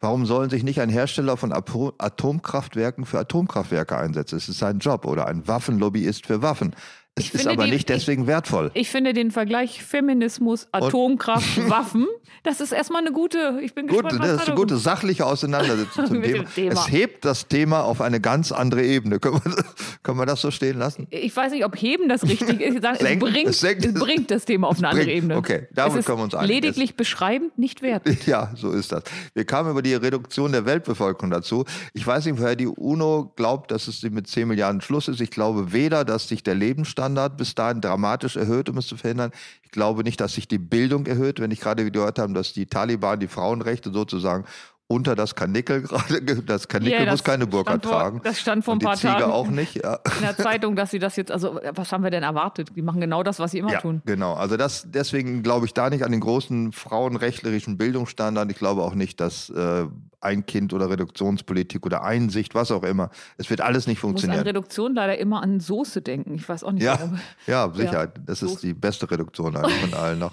C: Warum sollen sich nicht ein Hersteller von Apo- Atomkraftwerken für Atomkraftwerke einsetzen? Es ist sein Job oder ein Waffenlobbyist für Waffen. Es
D: Ich
C: ist
D: finde
C: aber
D: die-
C: nicht deswegen wertvoll.
D: Ich finde den Vergleich Feminismus, Atomkraft, Waffen, das ist erstmal eine gute, ich bin
C: Gut, ne,
D: gespannt, was
C: das ist
D: da
C: eine gute sachliche Auseinandersetzung zum
D: Mit
C: Thema.
D: dem Thema.
C: Es hebt das Thema auf eine ganz andere Ebene. Können wir, können wir das so stehen lassen?
D: ich weiß nicht, ob heben das richtig ist. Sagen, es,
C: Senken,
D: bringt,
C: es senkt,
D: es
C: es-
D: bringt das Thema auf eine andere
C: bringt.
D: Ebene.
C: Okay, damit
D: es ist
C: können wir uns einigen.
D: Lediglich beschreibend, nicht wert.
C: Ja, so ist das. Wir kamen über die Reduktion der Weltbevölkerung dazu. Ich weiß nicht, woher die UNO glaubt, dass es mit 10 Milliarden Schluss ist. Ich glaube weder, dass sich der Lebensstandard bis dahin dramatisch erhöht, um es zu verhindern. Ich glaube nicht, dass sich die Bildung erhöht, wenn ich gerade wieder gehört habe, dass die Taliban die Frauenrechte sozusagen unter das Kanickel gerade, ge- das Kanickel
D: Ja, das
C: muss keine Burka
D: stand vor-
C: tragen.
D: das stand vor ein
C: Und
D: paar
C: die Ziege
D: Tagen.
C: auch nicht. Ja.
D: In der Zeitung, dass sie das jetzt, also was haben wir denn erwartet? Die machen genau das, was sie immer
C: Ja,
D: tun.
C: genau. Also das, deswegen glaube ich da nicht an den großen frauenrechtlerischen Bildungsstandard. Ich glaube auch nicht, dass äh, ein Kind oder Reduktionspolitik oder Einsicht, was auch immer, es wird alles nicht
D: Ich muss an
C: funktionieren.
D: Reduktion leider immer an Soße denken. Ich weiß auch nicht
C: Ja,
D: warum.
C: ja, sicher. Das
D: so.
C: ist die beste Reduktion eigentlich von allen noch.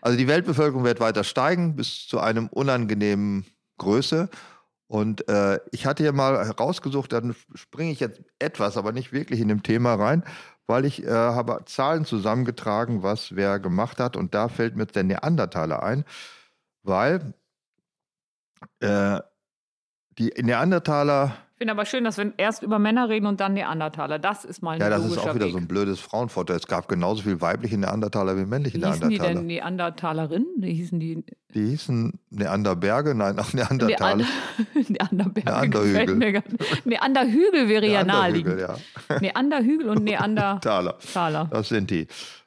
C: Also die Weltbevölkerung wird weiter steigen bis zu einem unangenehmen Größe. Und äh, ich hatte hier mal herausgesucht, dann springe ich jetzt etwas, aber nicht wirklich in dem Thema rein, weil ich äh, habe Zahlen zusammengetragen, was wer gemacht hat. Und da fällt mir der Neandertaler ein, weil Äh, die Neandertaler,
D: Ich finde aber schön, dass wir erst über Männer reden und dann Neandertaler. Das ist mal ein
C: ja, das ist
D: logischer
C: auch wieder
D: Weg.
C: so ein blödes Frauenvorteil. Es gab genauso viel weibliche Neandertaler wie männliche
D: Wie hießen die
C: Neandertaler.
D: denn Neandertalerinnen? Wie hießen die
C: Die hießen Neanderberge, nein, auch Neandertaler.
D: Neander Neanderberg
C: Neanderhügel.
D: gefällt mir gar nicht. Neanderhügel wäre ja
C: Neanderhügel,
D: naheliegend.
C: ja.
D: Neanderhügel und Neandertaler.
C: Taler, das sind die.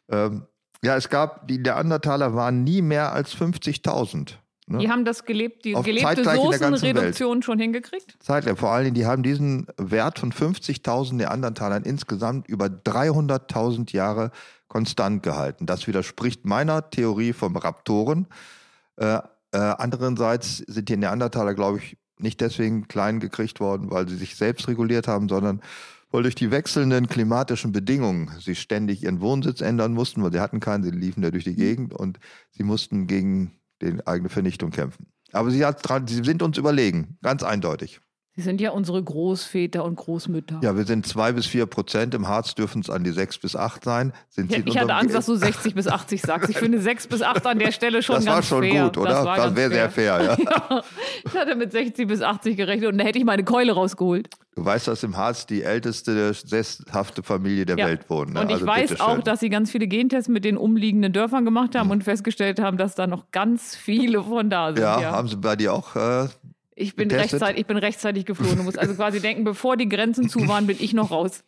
C: Ähm, ja, es gab, die Neandertaler waren nie mehr als 50.000. Ne?
D: Die haben das gelebt, die
C: Auf
D: gelebte
C: zeitgleich in der ganzen
D: Soßenreduktion schon hingekriegt.
C: Zeitler, vor allen Dingen, die haben diesen Wert von 50.000 Neandertalern insgesamt über 300.000 Jahre konstant gehalten. Das widerspricht meiner Theorie vom Raptoren. Äh, äh, andererseits sind die Neandertaler, glaube ich, nicht deswegen klein gekriegt worden, weil sie sich selbst reguliert haben, sondern weil durch die wechselnden klimatischen Bedingungen sie ständig ihren Wohnsitz ändern mussten, weil sie hatten keinen, sie liefen ja durch die Gegend und sie mussten gegen die eigene Vernichtung kämpfen. Aber sie, hat, dran- sie sind uns überlegen, ganz eindeutig.
D: Sie sind ja unsere Großväter und Großmütter.
C: Ja, wir sind zwei bis vier Prozent. Im Harz dürfen es an die sechs bis acht sein. Sind
D: Ich,
C: sie in
D: ich hatte
C: unserem
D: Angst,
C: Ge-
D: dass du 60 bis 80 sagst. Ich finde 6 bis 8 an der Stelle schon
C: Das
D: ganz
C: war schon
D: fair.
C: gut, oder?
D: Das, war ganz
C: wäre sehr fair, ja.
D: Ja, ich hatte mit 60 bis 80 gerechnet und da hätte ich meine Keule rausgeholt.
C: Du weißt, dass im Harz die älteste sesshafte Familie der
D: Ja.
C: Welt wohnt. Ne?
D: Und ich
C: Also
D: weiß
C: bitteschön. Mhm.
D: auch, dass sie ganz viele Gentests mit den umliegenden Dörfern gemacht haben und festgestellt haben, dass da noch ganz viele von da sind.
C: Ja,
D: ja.
C: haben sie bei dir auch. Äh,
D: Ich bin,
C: getestet?
D: rechtzeitig, ich bin rechtzeitig geflohen. Du musst also quasi denken, bevor die Grenzen zu waren, bin ich noch raus.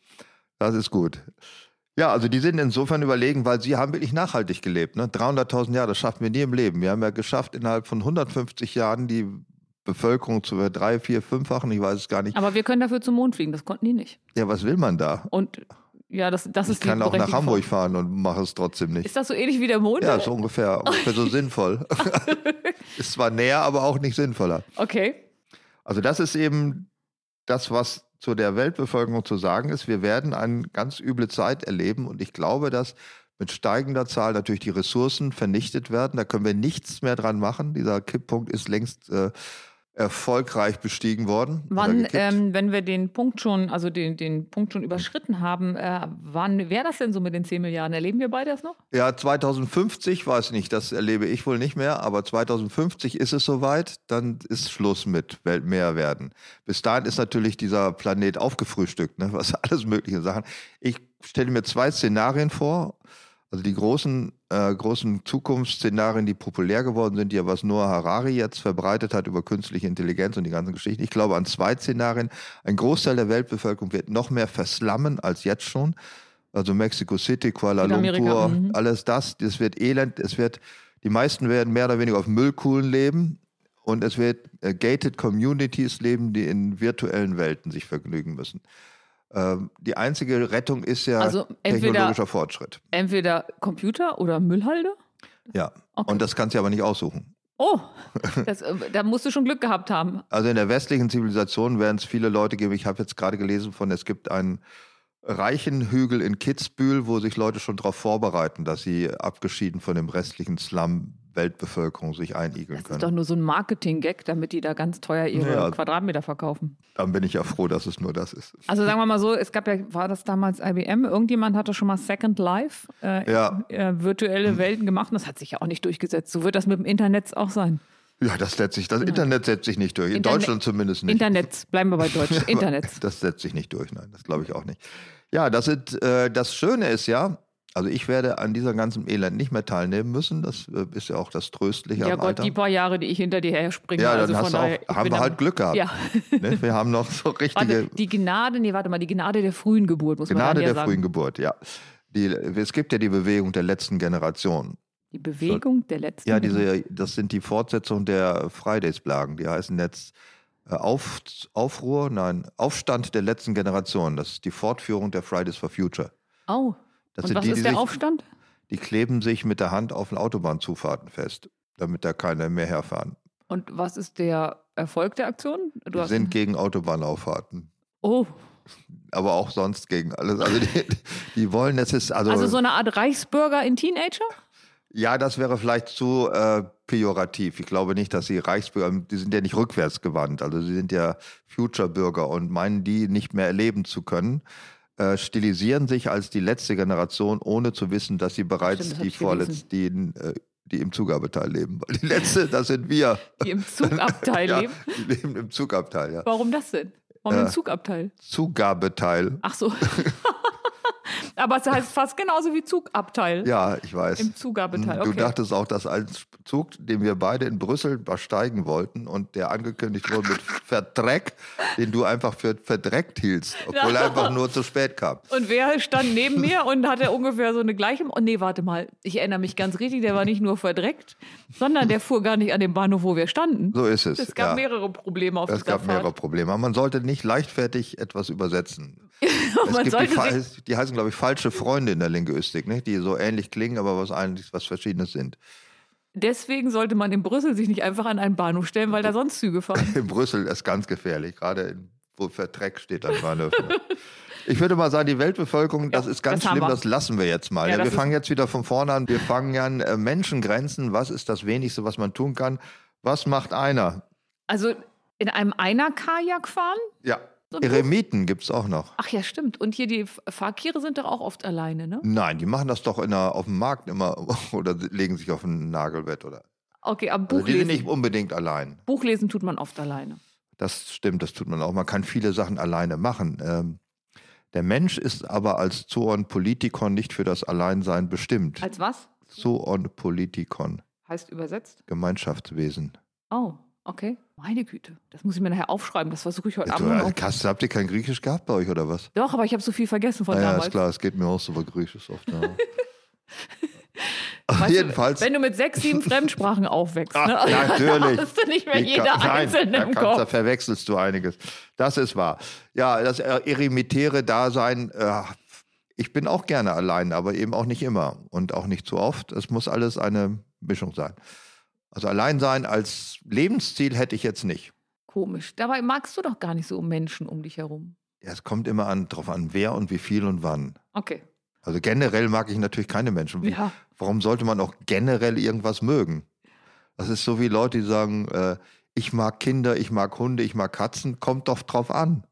C: das ist gut. Ja, also die sind insofern überlegen, weil sie haben wirklich nachhaltig gelebt. Ne? 300.000 Jahre, das schaffen wir nie im Leben. Wir haben ja geschafft, innerhalb von 150 Jahren die Bevölkerung zu verdrei-, vier-, fünffachen. Ich weiß es gar nicht.
D: Aber wir können dafür zum Mond fliegen, das konnten die nicht.
C: Ja, was will man da?
D: Und ja, das, das
C: Ich
D: ist die
C: kann auch nach
D: berechtigte
C: Hamburg
D: Frage.
C: fahren und mache es trotzdem nicht.
D: Ist das so ähnlich wie der Mond?
C: Ja, ist ungefähr, ungefähr so sinnvoll. ist zwar näher, aber auch nicht sinnvoller.
D: Okay.
C: Also das ist eben das, was zu der Weltbevölkerung zu sagen ist. Wir werden eine ganz üble Zeit erleben und ich glaube, dass mit steigender Zahl natürlich die Ressourcen vernichtet werden. Da können wir nichts mehr dran machen. Dieser Kipppunkt ist längst äh, erfolgreich bestiegen worden. oder
D: Wann,
C: gekippt.
D: ähm, wenn wir den Punkt schon, also den, den Punkt schon überschritten haben, äh, wann wäre das denn so mit den 10 Milliarden? Erleben wir beide das noch?
C: Ja, 2050, weiß nicht, das erlebe ich wohl nicht mehr, aber 2050 ist es soweit, dann ist Schluss mit Welt mehr werden. Bis dahin ist natürlich dieser Planet aufgefrühstückt, ne? was alles mögliche Sachen. Ich stelle mir zwei Szenarien vor, also die großen, äh, großen Zukunftsszenarien, die populär geworden sind, ja, was Noah Harari jetzt verbreitet hat über künstliche Intelligenz und die ganzen Geschichten. Ich glaube an zwei Szenarien. Ein Großteil der Weltbevölkerung wird noch mehr verslammen als jetzt schon. Also Mexico City, Kuala
D: Südamerika,
C: Lumpur,
D: mhm.
C: alles das, das wird elend, es wird, die meisten werden mehr oder weniger auf Müllkuhlen leben und es wird äh, gated Communities leben, die in virtuellen Welten sich vergnügen müssen. Ähm, die einzige Rettung ist ja
D: Also entweder-
C: technologischer Fortschritt.
D: Entweder Computer oder Müllhalde?
C: Ja.
D: Okay.
C: Und das kannst du aber nicht aussuchen.
D: Oh, das, äh, da musst du schon Glück gehabt haben.
C: Also in der westlichen Zivilisation werden es viele Leute geben. Ich habe jetzt gerade gelesen von, es gibt einen reichen Hügel in Kitzbühel, wo sich Leute schon darauf vorbereiten, dass sie abgeschieden von dem restlichen Slum Weltbevölkerung sich einigeln
D: Das ist doch
C: können.
D: nur so ein Marketing-Gag, damit die da ganz teuer ihre
C: Naja.
D: Quadratmeter verkaufen.
C: Dann bin ich ja froh, dass es nur das ist.
D: Also sagen wir mal so, es gab ja, war das damals IBM, irgendjemand hatte schon mal Second Life, äh,
C: Ja. Hm.
D: äh, virtuelle Welten gemacht und das hat sich ja auch nicht durchgesetzt. So wird das mit dem Internet auch sein.
C: Ja, das setzt sich, das Internet setzt sich nicht durch. In
D: Interne-
C: Deutschland zumindest nicht.
D: Internet, bleiben wir bei Deutsch, Internet.
C: Das setzt sich nicht durch, nein, das glaube ich auch nicht. Ja, das, sind, äh, das Schöne ist ja, also ich werde an dieser ganzen Elend nicht mehr teilnehmen müssen. Das äh, ist ja auch das Tröstliche
D: Ja
C: am
D: Gott,
C: Alter.
D: die paar Jahre, die ich hinter dir her springe.
C: ja, dann
D: also
C: hast
D: von
C: du
D: daher, ich
C: auch, haben
D: bin
C: wir
D: am-
C: halt Glück gehabt.
D: Ja,
C: Ne? Wir haben noch so richtige
D: warte, die Gnade, nee, warte mal, die Gnade der frühen Geburt, muss man
C: Gnade
D: dann ja
C: der
D: sagen.
C: frühen Geburt, ja. Die, es gibt ja die Bewegung der letzten Generation.
D: Die Bewegung der letzten
C: Ja,
D: Geburt.
C: diese, das sind die Fortsetzungen der Fridays-Blagen. Die heißen jetzt äh, Auf, Aufruhr, nein, Aufstand der letzten Generation. Das ist die Fortführung der Fridays for Future.
D: Oh,
C: Das
D: und
C: sind
D: was
C: die,
D: ist
C: die
D: der
C: sich-
D: Aufstand?
C: Die kleben sich mit der Hand auf den Autobahnzufahrten fest, damit da keiner mehr herfahren.
D: Und was ist der Erfolg der Aktion? Du
C: Die
D: hast-
C: sind gegen Autobahnauffahrten,
D: oh,
C: aber auch sonst gegen alles. Also die, die wollen, das ist also,
D: also so eine Art Reichsbürger in Teenager?
C: ja, das wäre vielleicht zu äh, pejorativ. Ich glaube nicht, dass sie Reichsbürger, die sind ja nicht rückwärtsgewandt, also sie sind ja Future-Bürger und meinen, die nicht mehr erleben zu können. Äh, stilisieren sich als die letzte Generation, ohne zu wissen, dass sie bereits
D: Stimmt, das hab
C: die
D: ich gelesen.
C: vorletzten äh, die im Zugabteil leben. Weil die letzte, das sind wir.
D: die im Zugabteil
C: ja,
D: leben.
C: Die leben im Zugabteil, ja.
D: Warum das denn? Warum im
C: Äh.
D: Zugabteil?
C: Zugabeteil.
D: Ach so. Aber es heißt fast genauso wie Zugabteil.
C: Ja, ich weiß. Hm,
D: Im Zugabeteil. Okay.
C: Du dachtest auch, dass ein Zug, den wir beide in Brüssel besteigen wollten und der angekündigt wurde mit Verdreck, den du einfach für verdreckt hielst, obwohl er einfach nur zu spät kam.
D: Und wer stand neben mir und hatte ungefähr so eine gleiche. Oh, nee, warte mal. Ich erinnere mich ganz richtig, der war nicht nur verdreckt, sondern der fuhr gar nicht an dem Bahnhof, wo wir standen.
C: So ist es.
D: es gab
C: ja.
D: mehrere Probleme auf
C: Es
D: dieser
C: gab
D: Fahrt.
C: mehrere Probleme. Aber man sollte nicht leichtfertig etwas übersetzen. es
D: Man
C: gibt die,
D: sollte
C: fa-
D: sich-
C: die heißen, glaube ich, falsche Freunde in der Linguistik, nicht? die so ähnlich klingen, aber was eigentlich was Verschiedenes sind.
D: Deswegen sollte man in Brüssel sich nicht einfach an einen Bahnhof stellen, weil da sonst Züge fahren.
C: In Brüssel ist ganz gefährlich, gerade in, wo Verdreck steht an Bahnhöfen. Ich würde mal sagen, die Weltbevölkerung, das
D: Ja,
C: ist ganz
D: das haben
C: schlimm,
D: wir.
C: das lassen wir jetzt mal.
D: Ja,
C: Ja, wir
D: das ist-
C: fangen jetzt wieder von vorne an. Wir fangen an, äh, Menschengrenzen, was ist das Wenigste, was man tun kann? Was macht einer?
D: Also in einem Einer-Kajak fahren?
C: Ja,
D: So ein
C: Eremiten gibt es auch noch.
D: Ach ja, stimmt. Und hier die F- Fahrkiere sind doch auch oft alleine, ne?
C: Nein, die machen das doch in der, auf dem Markt immer oder legen sich auf ein Nagelbett oder.
D: Okay, aber
C: Also die sind
D: Buchlesen.
C: nicht unbedingt allein.
D: Buchlesen tut man oft alleine.
C: Das stimmt, das tut man auch. Man kann viele Sachen alleine machen. Ähm, der Mensch ist aber als Zoon Politikon nicht für das Alleinsein bestimmt.
D: Als was?
C: Zoon Politikon,
D: Heißt übersetzt?
C: Gemeinschaftswesen.
D: Oh, okay. Meine Güte. Das muss ich mir nachher aufschreiben. Das versuche ich heute
C: Ja,
D: Abend
C: du,
D: noch.
C: äh, hast, habt ihr kein Griechisch gehabt bei euch oder was?
D: Doch, aber ich habe so viel vergessen von
C: naja,
D: damals.
C: ist klar, es geht mir auch so bei Griechisch oft. Ja.
D: Weißt
C: Jedenfalls.
D: Du, wenn du mit sechs, sieben Fremdsprachen aufwächst, ne?
C: Ach, natürlich.
D: hast du nicht mehr
C: Die
D: jeder
C: kann- nein,
D: einzelne
C: da
D: im
C: kannst- Da
D: Kopf.
C: verwechselst du einiges. Das ist wahr. Ja, das äh, eremitäre Dasein, äh, ich bin auch gerne allein, aber eben auch nicht immer und auch nicht zu oft. Es muss alles eine Mischung sein. Also allein sein als Lebensziel hätte ich jetzt nicht.
D: Komisch. Dabei magst du doch gar nicht so Menschen um dich herum.
C: Ja, es kommt immer an, drauf an, wer und wie viel und wann.
D: Okay.
C: Also generell mag ich natürlich keine Menschen. Wie-
D: Ja.
C: Warum sollte man auch generell irgendwas mögen? Das ist so wie Leute, die sagen, äh, ich mag Kinder, ich mag Hunde, ich mag Katzen. Kommt doch drauf an.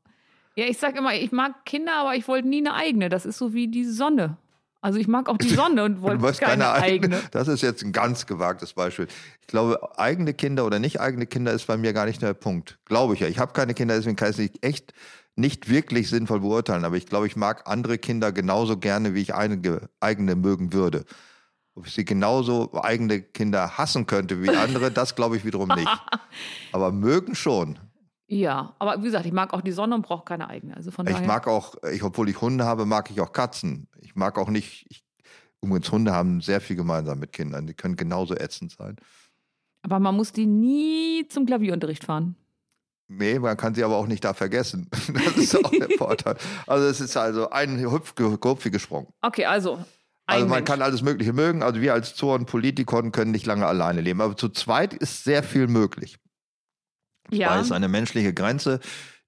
D: Ja, ich sag immer, ich mag Kinder, aber ich wollte nie eine eigene. Das ist so wie die Sonne. Also ich mag auch die Sonne und
C: Du
D: wollte
C: weißt
D: keine, eigene.
C: Das ist jetzt ein ganz gewagtes Beispiel. Ich glaube, eigene Kinder oder nicht eigene Kinder ist bei mir gar nicht der Punkt. Glaube ich ja. Ich habe keine Kinder, deswegen kann ich es echt nicht wirklich sinnvoll beurteilen. Aber ich glaube, ich mag andere Kinder genauso gerne, wie ich einige eigene mögen würde. Ob ich sie genauso eigene Kinder hassen könnte wie andere, das glaube ich wiederum nicht. Aber mögen schon.
D: Ja, aber wie gesagt, ich mag auch die Sonne und brauche keine eigene. Also von
C: Ich
D: daher.
C: mag auch, ich, obwohl ich Hunde habe, mag ich auch Katzen. Ich mag auch nicht. Ich, übrigens, Hunde haben sehr viel gemeinsam mit Kindern. Die können genauso ätzend sein.
D: aber man muss die nie zum Klavierunterricht fahren.
C: Nee, man kann sie aber auch nicht da vergessen. Das ist auch der Vorteil. Also es ist also ein Hüpfgehupfi gesprungen.
D: Okay, also. Ein
C: Also man
D: Mensch.
C: kann alles Mögliche mögen. Also wir als Zoon Politikon können nicht lange alleine leben. Aber zu zweit ist sehr viel möglich. Weil
D: ja.
C: es eine menschliche Grenze,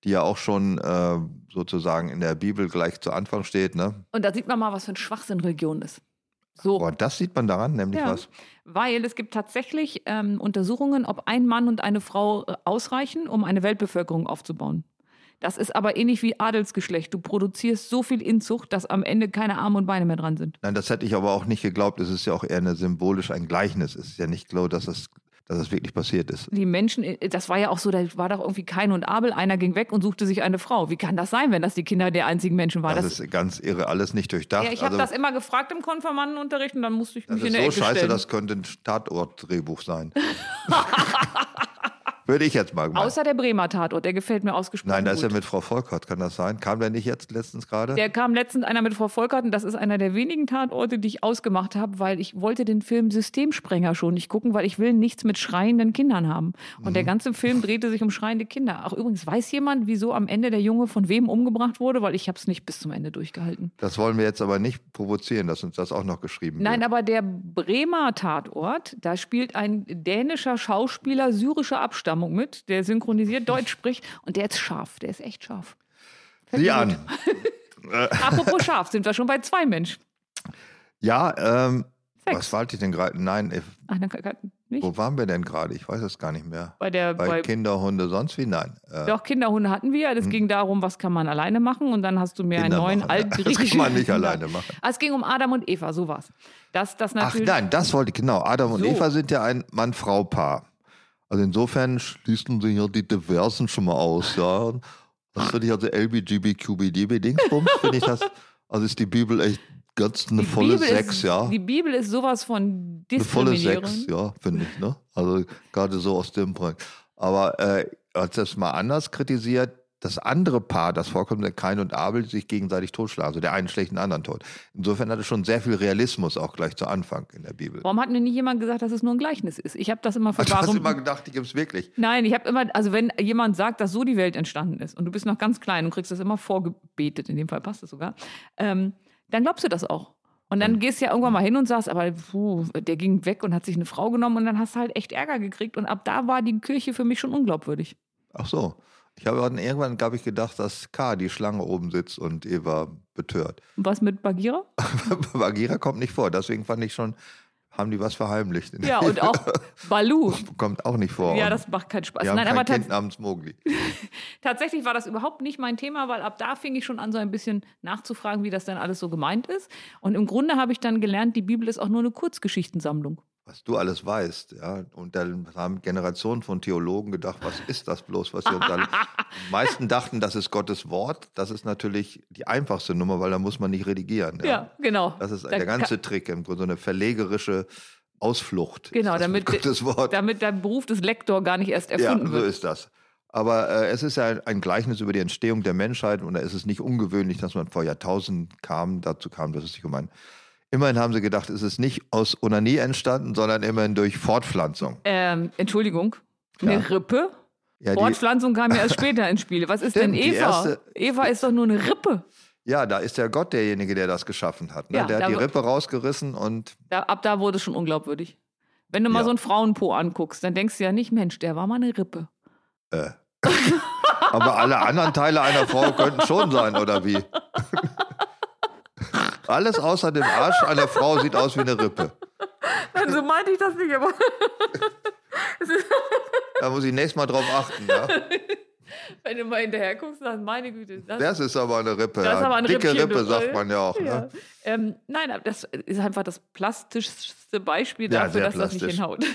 C: die ja auch schon äh, sozusagen in der Bibel gleich zu Anfang steht. Ne?
D: Und da sieht man mal, was für ein Schwachsinn Religion ist. So.
C: Aber das sieht man daran, nämlich
D: Oh. Ja.
C: was.
D: Weil es gibt tatsächlich ähm, Untersuchungen, ob ein Mann und eine Frau äh, ausreichen, um eine Weltbevölkerung aufzubauen. Das ist aber ähnlich wie Adelsgeschlecht. Du produzierst so viel Inzucht, dass am Ende keine Arme und Beine mehr dran sind.
C: Nein, das hätte ich aber auch nicht geglaubt. Es ist ja auch eher eine symbolisch ein Gleichnis. Es ist ja nicht klar, dass es, dass es wirklich passiert ist.
D: Die Menschen, äh, das war ja auch so, da war doch irgendwie Kain und Abel, einer ging weg und suchte sich eine Frau. Wie kann das sein, wenn das die Kinder der einzigen Menschen waren?
C: Das, ist ganz irre, alles nicht durchdacht.
D: Ah, ja, ich habe
C: Also-
D: das immer gefragt im Konfirmandenunterricht und dann musste ich
C: Das
D: mich
C: ist
D: in
C: so
D: der Ecke
C: scheiße,
D: stellen.
C: das könnte ein Tatort-Drehbuch sein. Würde ich jetzt mal meinen.
D: Außer der Bremer Tatort, der gefällt mir ausgesprochen
C: Nein, da ist
D: gut.
C: ja mit Frau Volkert, kann das sein? Kam der nicht jetzt letztens gerade?
D: Der kam letztens einer mit Frau Volkert und das ist einer der wenigen Tatorte, die ich ausgemacht habe, weil ich wollte den Film Systemsprenger schon nicht gucken, weil ich will nichts mit schreienden Kindern haben. Und
C: Mhm.
D: der ganze Film drehte sich um schreiende Kinder. Ach übrigens, weiß jemand, wieso am Ende der Junge von wem umgebracht wurde? Weil ich habe es nicht bis zum Ende durchgehalten.
C: Das wollen wir jetzt aber nicht provozieren, dass uns das auch noch geschrieben
D: Nein,
C: wird.
D: aber der Bremer Tatort, da spielt ein dänischer Schauspieler syrischer Abstammung mit, der synchronisiert Deutsch spricht und der ist scharf, der ist echt scharf.
C: Sieh an.
D: Apropos scharf, sind wir schon bei zwei Menschen.
C: Ja, ähm,
D: Sex.
C: was wollte ich denn gerade? Nein, äh,
D: Ach, dann, Nicht?
C: Wo waren wir denn gerade? Ich weiß es gar nicht mehr.
D: Bei der
C: Bei,
D: bei,
C: Kinder, Hunde, sonst wie? Nein. Äh,
D: doch, Kinderhunde hatten wir. Das ging darum, was kann man alleine machen. Und dann hast du mir
C: Mhm. Kinder
D: einen neuen
C: machen, ne? Das
D: altgriechischen.
C: kann man nicht alleine machen.
D: Ah, es ging um Adam und Eva, so war's. Das, das
C: Ach
D: natürlich.
C: nein, das wollte ich, genau. Adam und
D: So.
C: Eva sind ja ein Mann-Frau-Paar. Also insofern schließen sie hier die Diversen schon mal aus, ja. Das finde ich also LBGBQBDB-Dingsbums, finde ich das, also ist die Bibel echt ganz eine
D: Die
C: volle
D: Bibel
C: Sechs,
D: ist,
C: ja.
D: Die Bibel ist sowas von
C: Eine volle
D: diskriminierend.
C: Sechs, ja, finde ich, ne? Also gerade so aus dem Projekt. Aber äh, als das mal anders kritisiert, das andere Paar, das vorkommt, der Kain und Abel, die sich gegenseitig totschlagen. Also der einen schlägt den anderen tot. Insofern hat es schon sehr viel Realismus auch gleich zu Anfang in der Bibel.
D: Warum hat mir nicht jemand gesagt, dass es nur ein Gleichnis ist? Ich habe das immer für
C: Also hast
D: warum.
C: du immer gedacht, die gibt es wirklich.
D: Nein, ich habe immer, also wenn jemand sagt, dass so die Welt entstanden ist und du bist noch ganz klein und kriegst das immer vorgebetet, in dem Fall passt es sogar, ähm, dann glaubst du das auch. Und dann gehst du ja irgendwann mal hin und sagst, aber puh, der ging weg und hat sich eine Frau genommen und dann hast du halt echt Ärger gekriegt und ab da war die Kirche für mich schon unglaubwürdig.
C: Ach so. Ich habe dann irgendwann, glaube ich, gedacht, dass K, die Schlange oben sitzt und Eva betört.
D: Und was mit Bagira?
C: Bagira kommt nicht vor, deswegen fand ich schon, haben die was verheimlicht. in der
D: Ja, und
C: Bibel.
D: auch Balu.
C: kommt auch nicht vor.
D: Ja,
C: Und
D: das macht keinen Spaß.
C: die haben
D: Nein,
C: kein
D: aber tats
C: Kind namens Mowgli.
D: tatsächlich war das überhaupt nicht mein Thema, weil ab da fing ich schon an, so ein bisschen nachzufragen, wie das denn alles so gemeint ist. Und im Grunde habe ich dann gelernt, die Bibel ist auch nur eine Kurzgeschichtensammlung.
C: was du alles weißt, ja. Und dann haben Generationen von Theologen gedacht, was ist das bloß, was sie uns alle. Die meisten dachten, das ist Gottes Wort. Das ist natürlich die einfachste Nummer, weil da muss man nicht redigieren.
D: Ja, genau.
C: Das ist
D: Da
C: der ganze
D: ka-
C: Trick, im Grunde so eine verlegerische Ausflucht.
D: Genau,
C: ist das
D: damit-
C: mit Gottes Wort.
D: Damit der Beruf des Lektor gar nicht erst
C: ja,
D: erfunden
C: so
D: wird.
C: ist das. Aber äh, es ist ja ein, ein Gleichnis über die Entstehung der Menschheit und da ist es nicht ungewöhnlich, dass man vor Jahrtausenden kam, dazu kam, dass es sich um ein. Immerhin haben sie gedacht, es ist nicht aus Onanie entstanden, sondern immerhin durch Fortpflanzung.
D: Ähm, Entschuldigung, eine
C: Ja.
D: Rippe?
C: Ja, die-
D: Fortpflanzung kam ja erst später ins Spiel. Was ist
C: Stimmt,
D: denn
C: die
D: Eva?
C: erste-
D: Eva ist doch nur eine Rippe.
C: Ja, da ist ja Gott derjenige, der das geschaffen hat. Ne?
D: Ja,
C: der hat
D: da
C: die
D: wo-
C: Rippe rausgerissen und
D: Da, ab da wurde es schon unglaubwürdig. Wenn du mal
C: Ja.
D: so einen Frauenpo anguckst, dann denkst du ja nicht, Mensch, der war mal eine Rippe.
C: Äh. aber alle anderen Teile einer Frau könnten schon sein, oder wie? Alles außer dem Arsch einer Frau sieht aus wie eine Rippe.
D: Also meinte ich das nicht, aber
C: Da muss ich nächstes Mal drauf achten. ne? Ja?
D: wenn du mal hinterher guckst, dann meine Güte. Das,
C: Das ist aber eine Rippe.
D: Das ist
C: ja.
D: aber ein
C: Dicke
D: Rippchen,
C: Rippe,
D: du-
C: sagt man ja auch.
D: ja.
C: Ne?
D: Ähm, nein, aber das ist einfach das plastischste Beispiel
C: Ja,
D: dafür,
C: sehr
D: dass das nicht
C: plastisch.
D: hinhaut.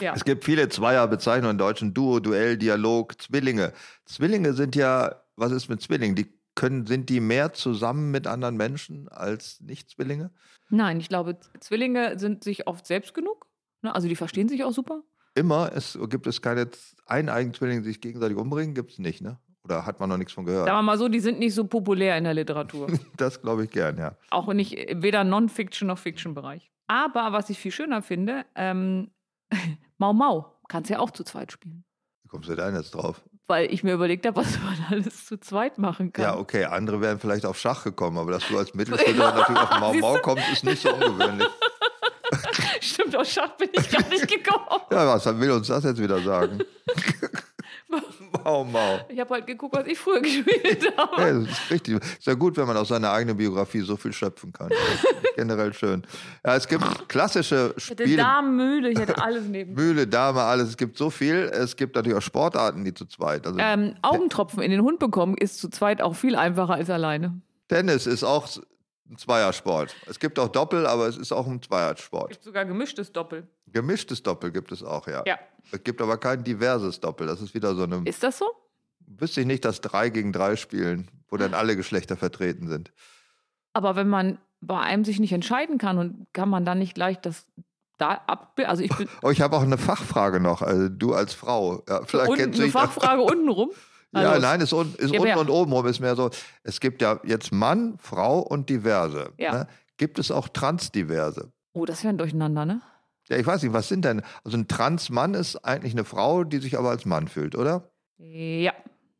D: Ja.
C: Es gibt viele Zweierbezeichnungen im Deutschen. Duo, Duell, Dialog, Zwillinge. Zwillinge sind ja, was ist mit Zwillingen? Die können, sind die mehr zusammen mit anderen Menschen als Nicht-Zwillinge?
D: Nein, ich glaube, Zwillinge sind sich oft selbst genug. Ne? Also die verstehen sich auch super.
C: immer, es gibt es keine Z- eineigen Zwillinge, die sich gegenseitig umbringen, gibt es nicht, ne? Oder hat man noch nichts von gehört?
D: Sagen wir mal so, die sind nicht so populär in der Literatur.
C: das glaube ich gern, ja.
D: auch nicht weder Non-Fiction noch Fiction-Bereich. Aber was ich viel schöner finde, ähm, Mau Mau kannst ja auch zu zweit spielen.
C: Wie kommst du da denn jetzt drauf?
D: Weil ich mir überlegt habe, was man alles zu zweit machen kann.
C: Ja, okay, andere wären vielleicht auf Schach gekommen, aber dass du als Mittelschüler natürlich auf Mau Mau kommst, ist nicht so ungewöhnlich.
D: Stimmt, aus Schach bin ich gar nicht gekommen.
C: Ja, was will uns das jetzt wieder sagen? Mau Mau.
D: Ich habe halt geguckt, was ich früher gespielt habe.
C: Ja, das ist richtig. Ist ja gut, wenn man aus seiner eigenen Biografie so viel schöpfen kann. Generell schön. Ja, es gibt klassische
D: Ich hatte
C: Spiele.
D: Damenmühle, ich hatte alles neben.
C: Mühle, Dame, alles. Es gibt so viel. Es gibt natürlich auch Sportarten, die zu zweit. Also
D: Ähm, Augentropfen in den Hund bekommen ist zu zweit auch viel einfacher als alleine.
C: Tennis ist auch s- ein Zweiersport. Es gibt auch Doppel, aber es ist auch ein Zweiersport.
D: Gibt sogar gemischtes Doppel.
C: Gemischtes Doppel gibt es auch, ja.
D: Ja.
C: Es gibt aber kein diverses Doppel. Das ist wieder so eine.
D: Ist das so?
C: Wüsste ich nicht, dass drei gegen drei spielen, wo
D: Ah.
C: dann alle Geschlechter vertreten sind.
D: Aber wenn man bei einem sich nicht entscheiden kann und kann man dann nicht gleich das da ab, also ich bin
C: Oh, ich habe auch eine Fachfrage noch. Also du als Frau, ja, vielleicht
D: unten
C: kennst du dich
D: eine
C: da-
D: Fachfrage untenrum.
C: Ja,
D: Also,
C: nein, ist, un, ist
D: Ja,
C: unten
D: ja.
C: und oben rum ist mehr so. Es gibt ja jetzt Mann, Frau und diverse.
D: Ja.
C: Ne? Gibt es auch transdiverse?
D: Oh, das wäre ein Durcheinander, ne?
C: Ja, ich weiß nicht, was sind denn? Also ein Transmann ist eigentlich eine Frau, die sich aber als Mann fühlt, oder?
D: Ja.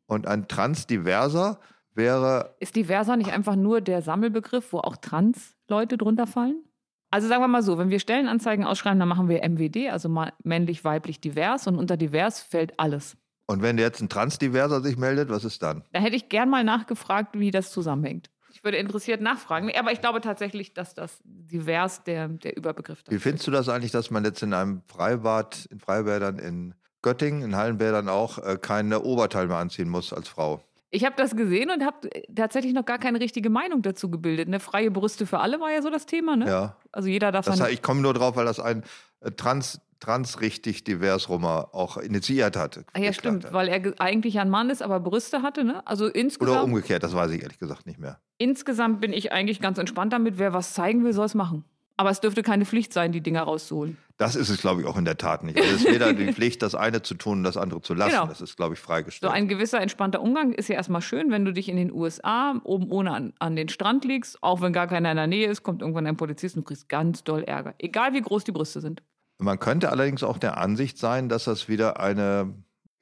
C: Und ein transdiverser wäre,
D: Ist diverser nicht einfach nur der Sammelbegriff, wo auch Trans-Leute drunter fallen? Also sagen wir mal so, wenn wir Stellenanzeigen ausschreiben, dann machen wir MWD, also ma- männlich, weiblich, divers und unter divers fällt alles.
C: und wenn jetzt ein transdiverser sich meldet, was ist dann?
D: Da hätte ich gern mal nachgefragt, wie das zusammenhängt. Ich würde interessiert nachfragen. Nee, Aber ich glaube tatsächlich, dass das divers der, der Überbegriff
C: Wie findest du das eigentlich, dass man jetzt in einem Freibad, in Freibädern in Göttingen, in Hallenbädern auch, äh, keine Oberteil mehr anziehen muss als Frau?
D: Ich habe das gesehen und habe äh, tatsächlich noch gar keine richtige Meinung dazu gebildet. Eine freie Brüste für alle war ja so das Thema, ne?
C: Ja.
D: Also jeder darf
C: Das,
D: seine-
C: ich komme nur drauf, weil das ein äh, trans, trans richtig divers Rummer auch initiiert hat.
D: Ah ja,
C: geklagt
D: stimmt,
C: hat.
D: weil er ge- eigentlich ja ein Mann ist, aber Brüste hatte, ne? Also
C: Oder
D: insgesamt,
C: umgekehrt, das weiß ich ehrlich gesagt nicht mehr.
D: insgesamt bin ich eigentlich ganz entspannt damit. Wer was zeigen will, soll es machen. Aber es dürfte keine Pflicht sein, die Dinger rauszuholen.
C: Das ist es, glaube ich, auch in der Tat nicht. Also es ist weder die Pflicht, das eine zu tun und das andere zu lassen.
D: Genau.
C: Das ist, glaube ich,
D: So
C: freigestellt.
D: ein gewisser entspannter Umgang ist ja erstmal schön, wenn du dich in den USA oben ohne an, an den Strand legst. Auch wenn gar keiner in der Nähe ist, kommt irgendwann ein Polizist und du kriegst ganz doll Ärger. Egal wie groß die Brüste sind.
C: Man könnte allerdings auch der Ansicht sein, dass das wieder eine,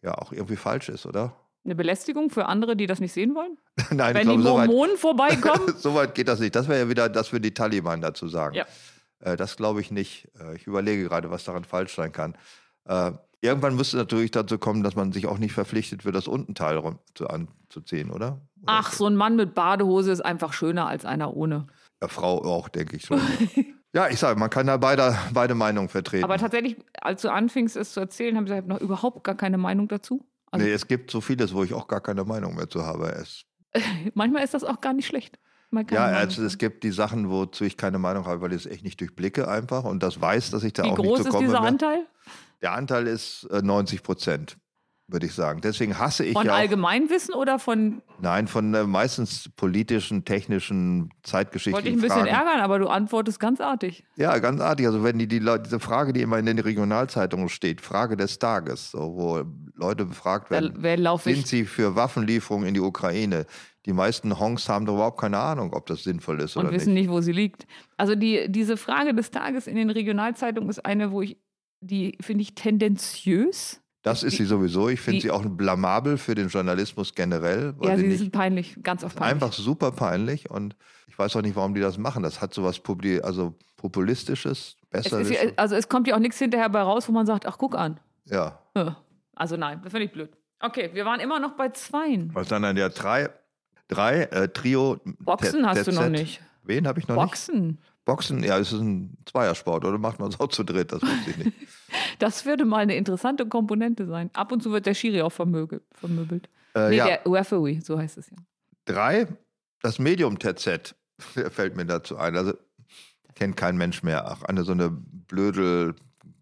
C: ja, auch irgendwie falsch ist, oder?
D: Eine Belästigung für andere, die das nicht sehen wollen?
C: Nein,
D: wenn die
C: so weit-
D: Mormonen vorbeikommen?
C: so weit geht das nicht. Das wäre ja wieder, das würden die Taliban dazu sagen.
D: Ja.
C: Äh, das glaube ich nicht. Äh, ich überlege gerade, was daran falsch sein kann. Äh, irgendwann müsste natürlich dazu kommen, dass man sich auch nicht verpflichtet wird, das Untenteil rum zu, anzuziehen, oder? oder
D: Ach, so ein Mann mit Badehose ist einfach schöner als einer ohne.
C: Ja, Frau auch, denke ich schon. ja, ich sage, man kann da beide, beide Meinungen vertreten.
D: Aber tatsächlich, als du anfingst, es zu erzählen, haben sie gesagt, ich habe noch überhaupt gar keine Meinung dazu. Also
C: nee, es gibt so vieles, wo ich auch gar keine Meinung mehr zu habe. Es,
D: manchmal ist das auch gar nicht schlecht. Mal keine
C: ja,
D: Meinung
C: also es
D: haben.
C: gibt die Sachen, wozu ich keine Meinung habe, weil ich es echt nicht durchblicke einfach und das weiß, dass ich da
D: Wie
C: auch
D: groß
C: nicht zu ne?
D: ist
C: komme.
D: dieser
C: mehr.
D: Anteil?
C: Der Anteil ist äh, 90 Prozent, würde ich sagen. Deswegen hasse ich
D: Von
C: ja auch,
D: Allgemeinwissen oder von.
C: nein, von äh, meistens politischen, technischen, zeitgeschichtlichen
D: Wollte ich ein bisschen
C: Fragen.
D: ärgern, aber du antwortest ganz artig.
C: Ja, ganz artig. Also wenn die, die Leute, diese Frage, die immer in den Regionalzeitungen steht, Frage des Tages, so, wo Leute befragt
D: Da,
C: werden,
D: wer laufe
C: sind
D: ich?
C: sie für Waffenlieferungen in die Ukraine? Die meisten Honks haben doch überhaupt keine Ahnung, ob das sinnvoll ist
D: Und
C: oder
D: wissen
C: nicht.
D: nicht, wo sie liegt. Also die, diese Frage des Tages in den Regionalzeitungen ist eine, wo ich, die finde ich tendenziös.
C: Das ist sie sowieso. Ich finde
D: die-
C: sie auch blamabel für den Journalismus generell, weil
D: ja,
C: sie
D: sie
C: nicht
D: sind peinlich, ganz oft
C: Ist
D: peinlich.
C: Einfach super peinlich und ich weiß auch nicht, warum die das machen. Das hat sowas Publi also populistisches,
D: es
C: besseres.
D: ist, ja- also es kommt ja auch nichts hinterher bei raus, wo man sagt, ach guck an.
C: ja.
D: Äh, Also nein, das finde ich blöd. Okay, wir waren immer noch bei Zweien.
C: Was dann an der drei, drei äh, Trio.
D: Boxen
C: Te-
D: hast du
C: TZ.
D: noch nicht.
C: Wen habe ich noch nicht?
D: Boxen,
C: Boxen, ja, es ist ein Zweiersport, oder macht man es auch zu dritt? Das weiß ich nicht.
D: das würde mal eine interessante Komponente sein. Ab und zu wird der Schiri auch vermöge, vermöbelt.
C: Äh,
D: nee,
C: ja,
D: der Referee, so heißt es ja.
C: drei, das Medium TZ fällt mir dazu ein. Also kennt kein Mensch mehr. Ach, eine so eine blödel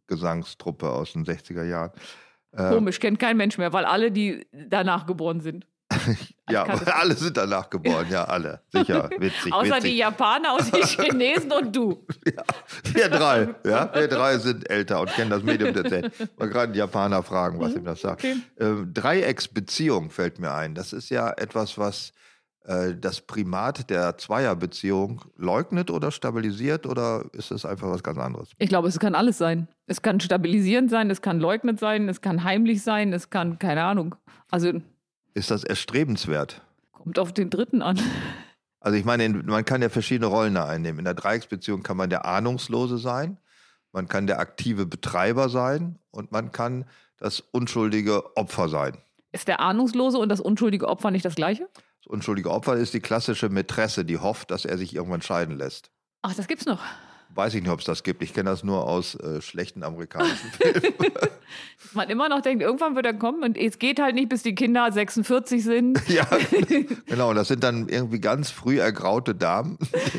C: Gesangstruppe aus den 60er Jahren. Ähm,
D: Komisch, kennt kein Mensch mehr, weil alle, die danach geboren sind.
C: Ja,
D: Also kann das-
C: alle sind danach geboren, ja, alle. Sicher, witzig.
D: Außer die
C: witzig.
D: Japaner und die Chinesen und du.
C: Wir drei, ja, wir drei sind älter und kennen das Medium der Zeit. Mal gerade einen Japaner fragen, was ihm das sagt.
D: Mhm, okay.
C: Ähm, Dreiecksbeziehung fällt mir ein. Das ist ja etwas, was äh, das Primat der Zweierbeziehung leugnet oder stabilisiert oder ist es einfach was ganz anderes?
D: Ich glaube, es kann alles sein. Es kann stabilisierend sein, es kann leugnet sein, es kann heimlich sein, es kann, keine Ahnung. Also
C: Ist das erstrebenswert?
D: kommt auf den dritten an.
C: Also ich meine, in- man kann ja verschiedene Rollen da einnehmen. In der Dreiecksbeziehung kann man der Ahnungslose sein, man kann der aktive Betreiber sein und man kann das unschuldige Opfer sein.
D: Ist der Ahnungslose und das unschuldige Opfer nicht das gleiche?
C: Das unschuldige Opfer ist die klassische Mätresse, die hofft, dass er sich irgendwann scheiden lässt.
D: Ach, das gibt's noch.
C: Weiß ich nicht, ob es das gibt. Ich kenne das nur aus äh, schlechten amerikanischen Filmen.
D: Dass Man immer noch denkt, irgendwann wird er kommen und es geht halt nicht, bis die Kinder 46 sind.
C: ja, genau. Das sind dann irgendwie ganz früh ergraute Damen, die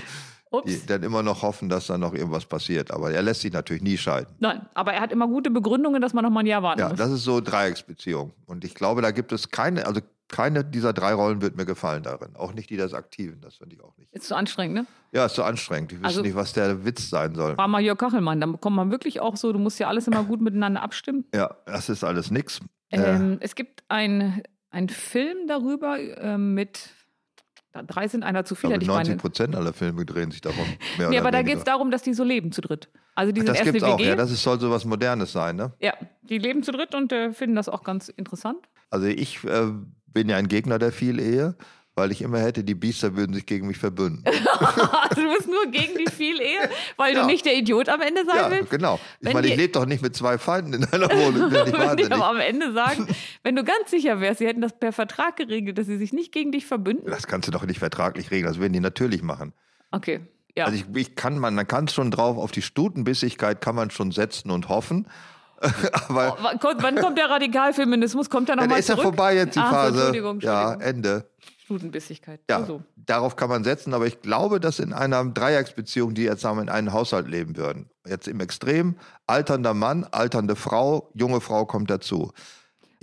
D: Ups.
C: dann immer noch hoffen, dass dann noch irgendwas passiert. Aber er lässt sich natürlich nie scheiden.
D: Nein, aber er hat immer gute Begründungen, dass man noch mal ein Jahr warten
C: Ja,
D: muss.
C: das ist so Dreiecksbeziehung. Und ich glaube, da gibt es keine, also keine dieser drei Rollen wird mir gefallen darin. Auch nicht die des Aktiven, das finde ich auch nicht.
D: Ist zu anstrengend, ne?
C: Ja, ist so anstrengend. Ich wüsste
D: Also-
C: nicht, was der Witz sein soll.
D: War mal Jörg Kachelmann, dann bekommt man wirklich auch so, du musst ja alles immer gut miteinander abstimmen.
C: Ja, das ist alles nix. Äh,
D: Ähm, es gibt ein- einen Film darüber ähm, mit da- drei sind einer zu
C: ich
D: viel,
C: glaube,
D: hätte ich
C: 90
D: meine.
C: Prozent aller Filme drehen sich darum. Mehr
D: Nee,
C: oder
D: aber da um
C: weniger.
D: geht es darum, dass die so leben zu dritt. Also die sind
C: Das
D: erst
C: gibt's
D: eine
C: auch,
D: WG.
C: ja. Das ist, soll so was Modernes sein, ne?
D: ja, die leben zu dritt und äh, finden das auch ganz interessant.
C: Also ich äh, bin ja ein Gegner der Vielehe, weil ich immer hätte, die Biester würden sich gegen mich verbünden.
D: Also du bist nur gegen die Vielehe, weil
C: Ja.
D: du nicht der Idiot am Ende sein
C: ja,
D: willst.
C: genau. Ich
D: Wenn
C: meine, ich
D: die-
C: lebe doch nicht mit zwei Feinden in einer Wohnung. Bin ich
D: Wenn die
C: wahnsinnig.
D: aber am Ende sagen, Wenn du ganz sicher wärst, sie hätten das per Vertrag geregelt, dass sie sich nicht gegen dich verbünden.
C: Das kannst du doch nicht vertraglich regeln. Das werden die natürlich machen.
D: Okay, ja.
C: Also ich, ich kann man, man kann schon drauf, auf die Stutenbissigkeit kann man schon setzen und hoffen. Aber
D: W- wann kommt- wann kommt der Radikalfeminismus? Kommt er
C: dann
D: nochmal
C: ist ja
D: Oh, zurück?
C: vorbei jetzt die
D: Ach so,
C: Phase.
D: Entschuldigung,
C: Ja,
D: Entschuldigung.
C: Ende.
D: Stutenbissigkeit.
C: Ja,
D: Also.
C: darauf kann man setzen, aber ich glaube, dass in einer Dreiecksbeziehung, die jetzt zusammen in einem Haushalt leben würden, jetzt im Extrem, alternder Mann, alternde Frau, junge Frau kommt dazu.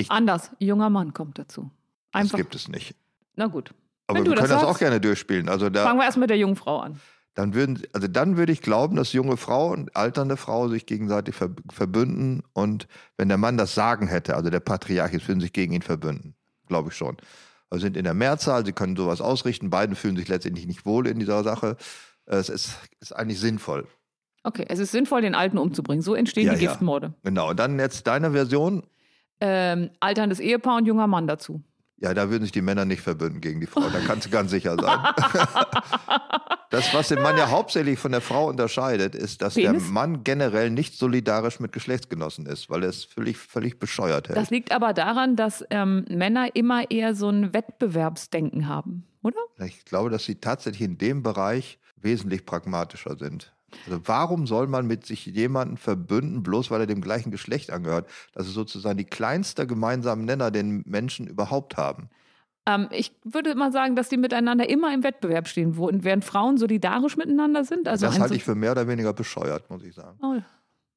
D: Anders, junger Mann kommt dazu.
C: Das
D: Einfach.
C: gibt es nicht.
D: Na gut.
C: Aber
D: Wenn
C: wir
D: du das
C: können das,
D: sagst.
C: auch gerne durchspielen. Also da,
D: Fangen wir erst mit der jungen Frau an.
C: dann würden, also dann würde ich glauben, dass junge Frau und alternde Frau sich gegenseitig ver, verbünden und wenn der Mann das Sagen hätte, also der Patriarch, jetzt würden sich gegen ihn verbünden, glaube ich schon. Wir sind in der Mehrzahl, sie können sowas ausrichten, beiden fühlen sich letztendlich nicht wohl in dieser Sache. Äh, Es ist, ist eigentlich sinnvoll.
D: Okay, es ist sinnvoll, den Alten umzubringen. So entstehen
C: Ja,
D: die
C: ja.
D: Giftmorde.
C: Genau, und dann jetzt deine Version.
D: Ähm, alterndes Ehepaar und junger Mann dazu.
C: Ja, da würden sich die Männer nicht verbünden gegen die Frau, da kannst du ganz sicher sein. das, was den Mann ja hauptsächlich von der Frau unterscheidet, ist, dass
D: Penis?
C: der Mann generell nicht solidarisch mit Geschlechtsgenossen ist, weil er es völlig, völlig bescheuert hält.
D: Das liegt aber daran, dass ähm, Männer immer eher so ein Wettbewerbsdenken haben, oder?
C: Ich glaube, dass sie tatsächlich in dem Bereich wesentlich pragmatischer sind. Also warum soll man mit sich jemanden verbünden, bloß weil er dem gleichen Geschlecht angehört? Das ist sozusagen die kleinste gemeinsame Nenner, den Menschen überhaupt haben.
D: Ähm, ich würde mal sagen, dass die miteinander immer im Wettbewerb stehen, wo, während Frauen solidarisch miteinander sind. Also
C: das
D: ein
C: halte
D: so-
C: ich für mehr oder weniger bescheuert, muss ich sagen.
D: Oh,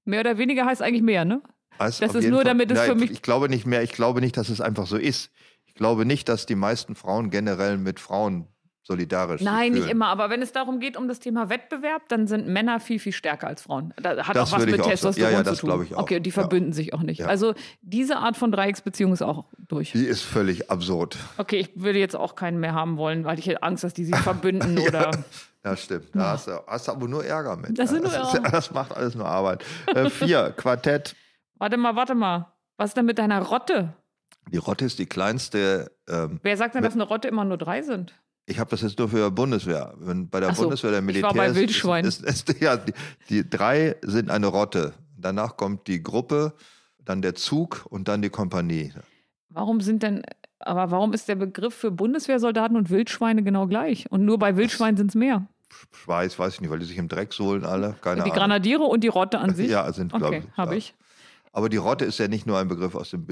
D: mehr oder weniger heißt eigentlich mehr, ne?
C: Weißt,
D: Das
C: auf
D: ist
C: jeden
D: nur, damit es
C: Nein,
D: für
C: ich-
D: mich-
C: Ich glaube nicht mehr, ich glaube nicht, dass es einfach so ist. Ich glaube nicht, dass die meisten Frauen generell mit Frauen solidarisch
D: Nein,
C: sich
D: nicht
C: fühlen.
D: immer. Aber wenn es darum geht, um das Thema Wettbewerb, dann sind Männer viel, viel stärker als Frauen. Da hat
C: Das
D: auch was
C: würde
D: mit
C: ich auch sagen.
D: Testosteron
C: Ja, ja,
D: zu
C: das
D: tun.
C: glaube ich auch.
D: Okay, und die
C: Ja.
D: verbünden sich auch nicht.
C: Ja.
D: Also diese Art von Dreiecksbeziehung ist auch durch.
C: Die ist völlig absurd.
D: Okay, ich würde jetzt auch keinen mehr haben wollen, weil ich hätte Angst, dass die sich verbünden oder.
C: Ja, stimmt. Da hast du, hast du aber nur Ärger mit.
D: Das sind nur
C: ist-
D: Ärger.
C: das macht alles nur Arbeit. Äh, vier, Quartett.
D: Warte mal, warte mal. Was ist denn mit deiner Rotte?
C: Die Rotte ist die kleinste. Ähm,
D: Wer sagt denn,
C: Mit-
D: dass eine Rotte immer nur drei sind?
C: ich habe das jetzt nur für Bundeswehr. Wenn bei der
D: Ach so,
C: Bundeswehr der
D: ich
C: Militär.
D: war bei
C: ist-
D: Wildschwein.
C: Ist, ist, ja, die, die drei sind eine Rotte. Danach kommt die Gruppe, dann der Zug und dann die Kompanie.
D: Warum sind denn, aber warum ist der Begriff für Bundeswehrsoldaten und Wildschweine genau gleich? Und nur bei Wildschweinen sind es mehr.
C: Schweiß, weiß ich nicht, weil die sich im Dreck sohlen alle. Keine
D: die
C: Ahnung.
D: Granadiere und die Rotte an sich?
C: Ja, sind, glaube
D: Okay,
C: ich.
D: habe
C: ja.
D: ich.
C: Aber die Rotte ist ja nicht nur ein Begriff aus dem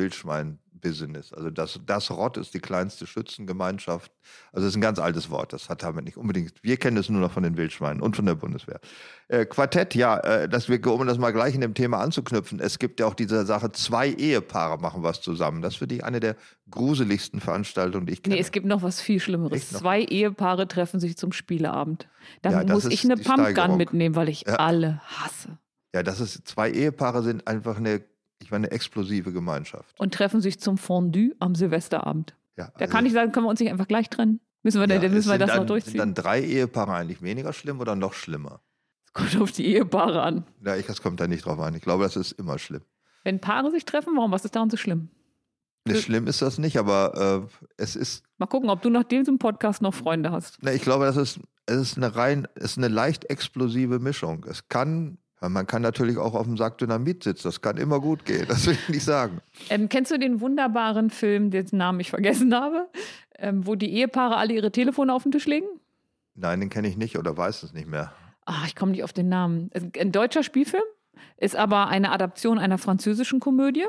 C: Bildschwein-Business. Also das, das Rott ist die kleinste Schützengemeinschaft. Also das ist ein ganz altes Wort. Das hat damit nicht unbedingt. Wir kennen es nur noch von den Wildschweinen und von der Bundeswehr. Äh, Quartett, ja, äh, das wir, um das mal gleich in dem Thema anzuknüpfen. Es gibt ja auch diese Sache, zwei Ehepaare machen was zusammen. Das finde ich eine der gruseligsten Veranstaltungen, die ich kenne.
D: Nee, es gibt noch was viel Schlimmeres.
C: Echt noch?
D: Zwei Ehepaare treffen sich zum Spieleabend.
C: Ja,
D: Dann
C: das
D: muss
C: ist
D: ich eine
C: die
D: Pumpgun
C: Steigerung.
D: mitnehmen, weil ich
C: Ja.
D: alle hasse.
C: ja, das ist zwei Ehepaare sind einfach eine, ich meine, eine explosive Gemeinschaft.
D: Und treffen sich zum Fondue am Silvesterabend.
C: Ja,
D: Da kann ich sagen, können wir uns nicht einfach gleich trennen? Müssen wir, denn,
C: Also Ja,
D: müssen wir
C: sind
D: das
C: dann,
D: noch durchziehen?
C: Sind dann drei Ehepaare eigentlich weniger schlimm oder noch schlimmer?
D: Kommt auf die Ehepaare an.
C: Ja, ich, das kommt da nicht drauf an. Ich glaube, das ist immer schlimm.
D: Wenn Paare sich treffen, warum? Was ist daran so schlimm?
C: Nee,
D: Äh.
C: schlimm ist das nicht, aber äh, es ist,
D: Mal gucken, ob du nach diesem Podcast noch Freunde hast.
C: ne, ich glaube, das ist, es ist eine rein, es ist eine leicht explosive Mischung. Es kann, ja, man kann natürlich auch auf dem Sack Dynamit sitzen. Das kann immer gut gehen. Das will ich nicht sagen.
D: Ähm, kennst du den wunderbaren Film, dessen Namen ich vergessen habe, ähm, wo die Ehepaare alle ihre Telefone auf den Tisch legen?
C: Nein, den kenne ich nicht oder weiß es nicht mehr.
D: Ah, ich komme nicht auf den Namen. Es- Ein deutscher Spielfilm ist aber eine Adaption einer französischen Komödie.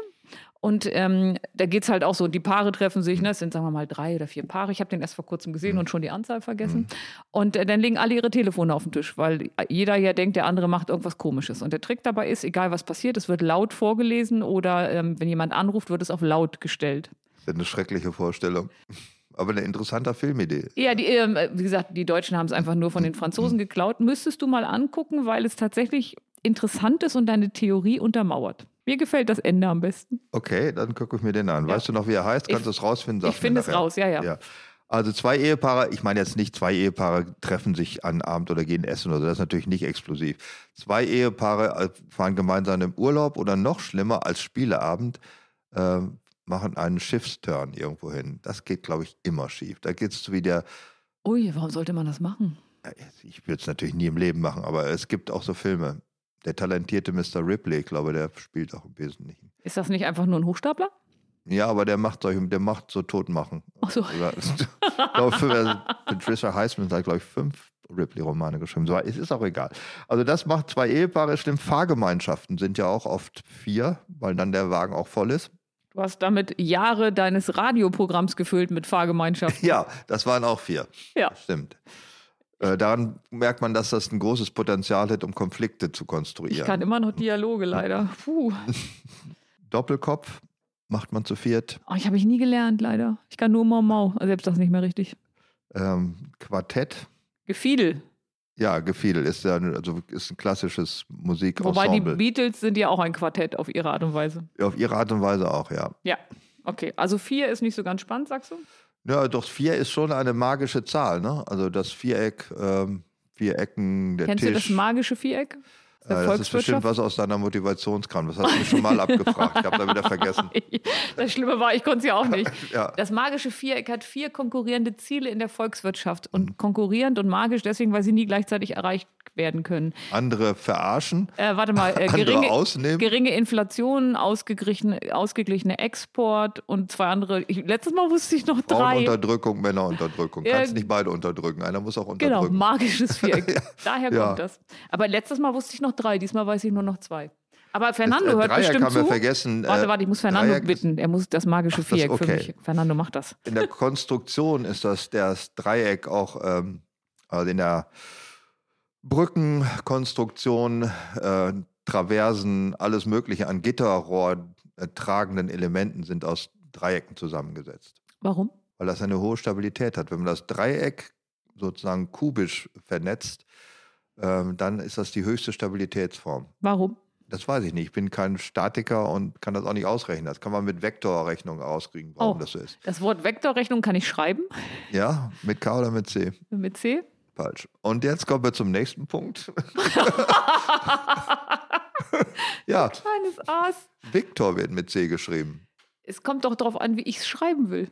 D: Und ähm, da geht es halt auch so, die Paare treffen sich, ne? es sind, sagen wir mal, drei oder vier Paare. Ich habe den erst vor kurzem gesehen und schon die Anzahl vergessen. Und äh, dann legen alle ihre Telefone auf den Tisch, weil jeder ja denkt, der andere macht irgendwas Komisches. Und der Trick dabei ist, egal was passiert, es wird laut vorgelesen oder ähm, wenn jemand anruft, wird es auf laut gestellt.
C: Das ist eine schreckliche Vorstellung. Aber eine interessante Filmidee.
D: Ja, die, ähm, äh, wie gesagt, die Deutschen haben es einfach nur von den Franzosen geklaut. Müsstest du mal angucken, weil es tatsächlich interessant ist und deine Theorie untermauert. Mir gefällt das Ende am besten.
C: Okay, dann gucke ich mir den an. Weißt du noch, wie er heißt?
D: Ich-
C: Kannst du es rausfinden? Sag
D: ich
C: mir
D: finde es
C: nachher.
D: raus, ja, ja.
C: Ja. Also zwei Ehepaare, ich meine jetzt nicht zwei Ehepaare treffen sich an Abend oder gehen essen oder so, das ist natürlich nicht explosiv. Zwei Ehepaare äh, fahren gemeinsam im Urlaub oder noch schlimmer als Spieleabend, äh, machen einen Schiffsturn irgendwo hin. Das geht, glaube ich, immer schief. Da geht es wie der,
D: Ui, warum sollte man das machen?
C: äh, ich würde es natürlich nie im Leben machen, aber es gibt auch so Filme. Der talentierte Mr. Ripley, ich glaube, der spielt auch im Wesentlichen.
D: Ist das nicht einfach nur ein Hochstapler?
C: Ja, aber der macht solche, der macht so Totmachen.
D: Ach so.
C: Oder- ich glaube, fünf- also Patricia Highsmith hat, glaube ich, fünf Ripley-Romane geschrieben. So, es ist auch egal. Also das macht zwei Ehepaare schlimm. Fahrgemeinschaften sind ja auch oft vier, weil dann der Wagen auch voll ist.
D: Du hast damit Jahre deines Radioprogramms gefüllt mit Fahrgemeinschaft.
C: Ja, das waren auch vier.
D: Ja.
C: Das stimmt. Äh, daran merkt man, dass das ein großes Potenzial hat, um Konflikte zu konstruieren.
D: Ich kann immer noch Dialoge leider. Puh.
C: Doppelkopf macht man zu viert.
D: Oh, ich habe ich nie gelernt, leider. Ich kann nur Mau Mau. Selbst das nicht mehr richtig.
C: Ähm, Quartett.
D: Gefiedel. Ja,
C: Ja, Gefiedel ist, ja, ein- also ist ein klassisches
D: Wobei die
C: Musikensemble.
D: Beatles sind ja auch ein Quartett auf ihre Art und Weise.
C: Auf ihre Art und Weise auch, ja.
D: Ja. Okay. Also vier ist nicht so ganz spannend, sagst du?
C: Ja, doch vier ist schon eine magische Zahl, ne? Also das Viereck, ähm, vier Ecken, der
D: Kennst
C: Tisch.
D: du das magische Viereck?
C: äh, das ist bestimmt was aus deiner Motivationskram. Das hast du mich schon mal abgefragt. Ich habe da wieder vergessen.
D: Das Schlimme war, ich konnte es ja auch nicht.
C: Ja.
D: Das magische Viereck hat vier konkurrierende Ziele in der Volkswirtschaft und konkurrierend und magisch deswegen, weil sie nie gleichzeitig erreicht werden können.
C: Andere verarschen.
D: Äh, warte mal, äh,
C: Andere
D: geringe,
C: ausnehmen.
D: geringe Inflation, ausgeglichene, ausgeglichene Export und zwei andere. Ich, letztes Mal wusste ich noch drei.
C: Frauenunterdrückung, Männerunterdrückung.
D: Ja.
C: Kannst nicht beide unterdrücken. Einer muss auch
D: Genau,
C: unterdrücken.
D: magisches Viereck. Daher
C: Ja.
D: kommt das. Aber letztes Mal wusste ich noch drei, diesmal weiß ich nur noch zwei. Aber Fernando
C: Das, äh,
D: hört
C: Dreier
D: bestimmt
C: kann man
D: zu.
C: vergessen, äh,
D: Warte, warte, ich muss Fernando
C: Dreieck ist-
D: bitten. Er muss das magische
C: das-
D: Viereck
C: okay.
D: für mich. Fernando macht das.
C: in der Konstruktion ist das das Dreieck auch, ähm, also in der Brückenkonstruktion, äh, Traversen, alles Mögliche an Gitterrohr äh, tragenden Elementen sind aus Dreiecken zusammengesetzt,
D: Warum?
C: weil das eine hohe Stabilität hat. Wenn man das Dreieck sozusagen kubisch vernetzt, ähm, dann ist das die höchste Stabilitätsform.
D: Warum?
C: Das weiß ich nicht. Ich bin kein Statiker und kann das auch nicht ausrechnen. Das kann man mit Vektorrechnung auskriegen, warum
D: Oh.
C: das so ist.
D: Das Wort Vektorrechnung kann ich schreiben
C: Ja, mit K oder mit C.
D: mit C.
C: Falsch. Und jetzt kommen wir zum nächsten Punkt. ja,
D: Kleines Aas.
C: Viktor wird mit C geschrieben.
D: Es kommt doch darauf an, wie ich es schreiben will.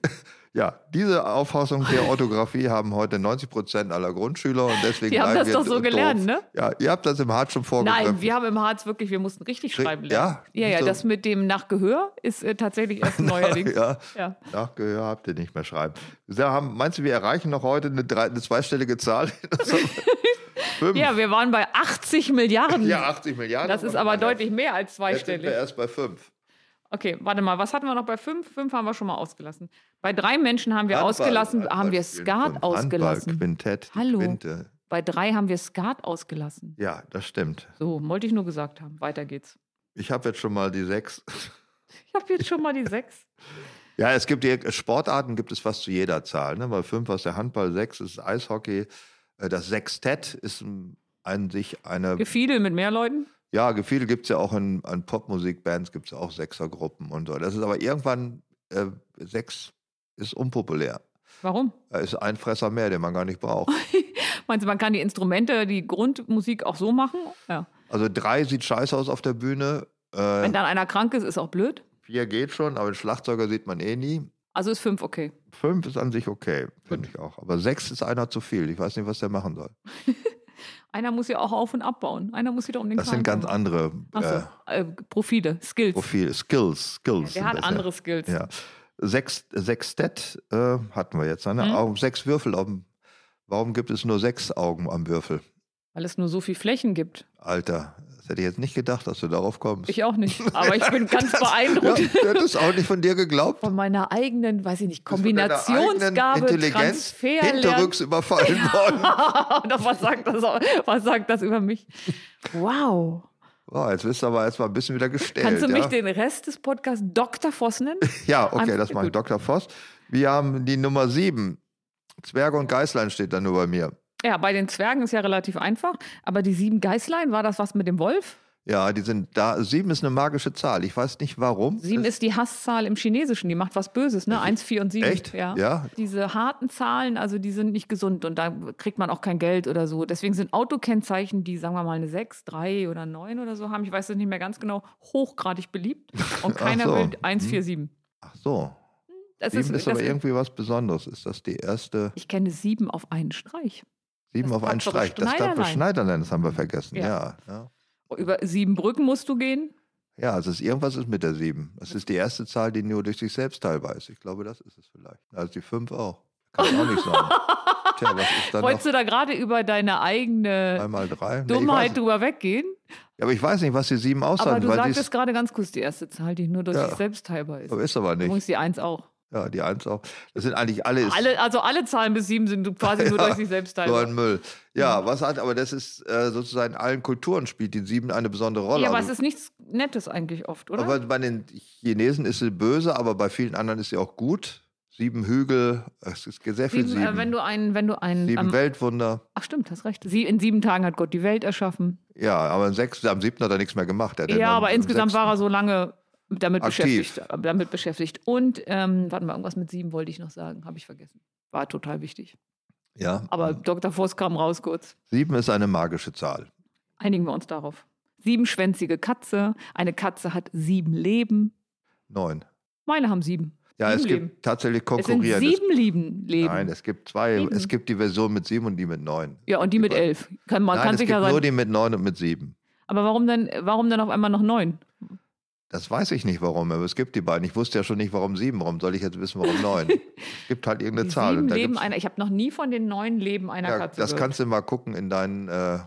C: Ja, diese Auffassung der Orthographie haben heute 90 Prozent aller Grundschüler und deswegen
D: Die haben
C: bleiben
D: das
C: wir
D: doch so
C: doof.
D: gelernt, ne?
C: Ja, ihr habt das im Hart schon vorgegriffen.
D: Nein, wir haben im Harz wirklich, wir mussten richtig
C: Ri-
D: schreiben lernen.
C: ja,
D: ja, ja
C: so-
D: das mit dem Nachgehör ist äh, tatsächlich erst neuerdings.
C: ja,
D: Ja.
C: Nachgehör habt ihr nicht mehr schreiben. Sie haben, meinst du, wir erreichen noch heute eine, drei, eine zweistellige Zahl? Fünf.
D: ja, wir waren bei 80 Milliarden.
C: Ja, 80 Milliarden.
D: das ist aber deutlich mehr
C: Jetzt
D: als
C: sind wir
D: zweistellig.
C: erst bei fünf.
D: Okay, warte mal, was hatten wir noch bei fünf? Fünf haben wir schon mal ausgelassen. Bei drei Menschen haben wir
C: Handball,
D: ausgelassen, haben wir
C: Handballspielen
D: Skat
C: von
D: ausgelassen.
C: Handball, Quintett, die
D: Hallo.
C: Quinte.
D: Bei drei haben wir Skat ausgelassen.
C: Ja, das stimmt.
D: So, wollte ich nur gesagt haben. Weiter geht's.
C: Ich habe jetzt schon mal die sechs.
D: Ich habe jetzt schon mal die sechs.
C: Ja, es gibt die Sportarten, gibt es fast zu jeder Zahl. Ne? Weil fünf aus der Handball, sechs ist Eishockey. Äh, Das Sextett ist ein- an sich eine.
D: Gefiedel mit mehr Leuten?
C: ja, Gefühle gibt es ja auch in, an Popmusikbands, gibt es auch Sechsergruppen und so. Das ist aber irgendwann, äh, sechs ist unpopulär.
D: Warum?
C: Da ist ein Fresser mehr, den man gar nicht braucht.
D: Meinst du, man kann die Instrumente, die Grundmusik auch so machen? Ja.
C: Also drei sieht scheiße aus auf der Bühne. Äh,
D: Wenn dann einer krank ist, ist auch blöd.
C: vier geht schon, aber den Schlagzeuger sieht man eh nie.
D: Also ist fünf okay.
C: Fünf ist an sich okay, finde ich auch. Aber sechs ist einer zu viel. Ich weiß nicht, was der machen soll.
D: Einer muss ja auch auf- und abbauen. Einer muss wieder um den
C: Das sind
D: Kahn
C: ganz andere
D: kommen.
C: äh,
D: Ach so, äh, Profile, Skills.
C: Profile, Skills. Skills
D: Der
C: sind
D: hat
C: das,
D: andere Skills.
C: Ja. ja. Sechs, Sextett äh, hatten wir jetzt. Ne?
D: Mhm.
C: Augen- Sechs Würfel. auf dem- warum gibt es nur sechs Augen am Würfel?
D: Weil es nur so viel Flächen gibt.
C: Alter, das hätte ich jetzt nicht gedacht, dass du darauf kommst.
D: Ich auch nicht. Aber ich bin ganz
C: ja,
D: beeindruckt
C: du hättest auch nicht von dir geglaubt.
D: von meiner eigenen, weiß ich nicht,
C: Bist von deiner eigenen
D: Kombinationsgabe,
C: Intelligenz
D: Transfer.
C: hinterrücks überfallen worden.
D: Doch was sagt das? auch- Was sagt das über mich? Wow.
C: Wow, jetzt bist du aber erstmal ein bisschen wieder gestellt.
D: Kannst du mich
C: Äh, ja?
D: den Rest des Podcasts Dr. Voss nennen?
C: Ja, okay,
D: An-
C: das macht
D: gut.
C: Dr. Voss. Wir haben die Nummer 7. Zwerge und Geißlein steht da nur bei mir.
D: Ja, bei den Zwergen ist ja relativ einfach. Aber die sieben Geißlein, war das was mit dem Wolf?
C: Ja, die sind da. Sieben ist eine magische Zahl. Ich weiß nicht warum.
D: Sieben
C: Das-
D: ist die Hasszahl im Chinesischen, die macht was Böses, ne? Eins, vier und sieben.
C: Echt?
D: Ja.
C: Ja.
D: Diese harten Zahlen, also die sind nicht gesund und da kriegt man auch kein Geld oder so. Deswegen sind Autokennzeichen, die sagen wir mal eine sechs, drei oder neun oder so haben, ich weiß es nicht mehr ganz genau, hochgradig beliebt. Und
C: Ach
D: keiner
C: so.
D: will eins, vier, sieben.
C: Ach so.
D: Das
C: Sieben ist, aber
D: das-
C: irgendwie was Besonderes. Ist das die erste?
D: ich kenne sieben auf einen Streich.
C: Sieben
D: das
C: auf einen
D: tapfere
C: Streich. Das tapfere
D: Schneiderlein.
C: Schneiderlein, das haben wir vergessen. Ja.
D: Ja.
C: ja.
D: Über sieben Brücken musst du gehen.
C: Ja, also es ist, irgendwas ist mit der 7. Das ist die erste Zahl, die nur durch sich selbst teilbar ist. Ich glaube, das ist es vielleicht. Also die 5 auch. Kann man auch nicht sagen. Tja, was ist dann
D: Wolltest
C: noch
D: du da gerade über deine eigene
C: einmal 3?
D: Dummheit drüber weggehen?
C: ja, aber ich weiß nicht, was die 7
D: Aber
C: aussagt,
D: du
C: weil sie
D: sagtest
C: ist,
D: gerade ganz kurz die erste Zahl, die nur durch
C: Ja.
D: sich selbst teilbar ist.
C: ist aber nicht.
D: Übrigens die Eins auch.
C: Ja, die 1 auch. Das sind eigentlich alle, ist
D: Alle, also alle Zahlen bis sieben sind quasi nur durch sich selbst
C: so
D: teilbar.
C: ein Müll.
D: Mhm.
C: Ja, was hat, aber das ist äh, sozusagen in allen Kulturen spielt die 7 eine besondere Rolle.
D: Ja, aber es
C: Also-
D: ist nichts Nettes eigentlich oft, oder?
C: Aber bei den Chinesen ist sie böse, aber bei vielen anderen ist sie auch gut. Sieben Hügel, es ist sehr viel
D: sieben,
C: sieben.
D: Äh, wenn du einen, wenn du einen,
C: sieben
D: am-
C: Weltwunder.
D: ach stimmt, hast recht. Sie, in sieben Tagen hat Gott die Welt erschaffen.
C: Ja, aber am sechsten- am siebten hat er nichts mehr gemacht. Er hat dann
D: Ja,
C: am-
D: aber
C: am
D: insgesamt
C: sechsten-
D: war er so lange damit
C: Aktiv.
D: beschäftigt. äh, Damit beschäftigt. Und ähm, warte mal, irgendwas mit sieben wollte ich noch sagen, habe ich vergessen. War total wichtig.
C: Ja,
D: Aber Dr. Voss kam raus kurz.
C: sieben ist eine magische Zahl.
D: Einigen wir uns darauf. Siebenschwänzige Katze. Eine Katze hat sieben Leben.
C: Neun.
D: Meine haben sieben.
C: Ja,
D: sieben
C: es
D: Leben.
C: gibt tatsächlich
D: Es sind
C: konkurrierende.
D: sieben Leben. Leben.
C: Nein, es gibt zwei.
D: Sieben.
C: Es gibt die Version mit sieben und die mit neun.
D: ja, und die mit
C: Über-
D: elf. Kann, man
C: Nein,
D: kann
C: es
D: sicher
C: gibt
D: sein.
C: nur die mit neun und mit sieben.
D: Aber warum denn, warum denn auf einmal noch neun?
C: Das weiß ich nicht warum, aber es gibt die beiden. Ich wusste ja schon nicht, warum sieben. Warum soll ich jetzt wissen, warum neun? es gibt halt irgendeine
D: Die
C: Zahl.
D: sieben
C: und da
D: Leben
C: gibt's-
D: einer. Ich habe noch nie von den neun Leben einer
C: Ja,
D: Katze
C: das
D: gehört.
C: kannst du mal gucken in deinen äh,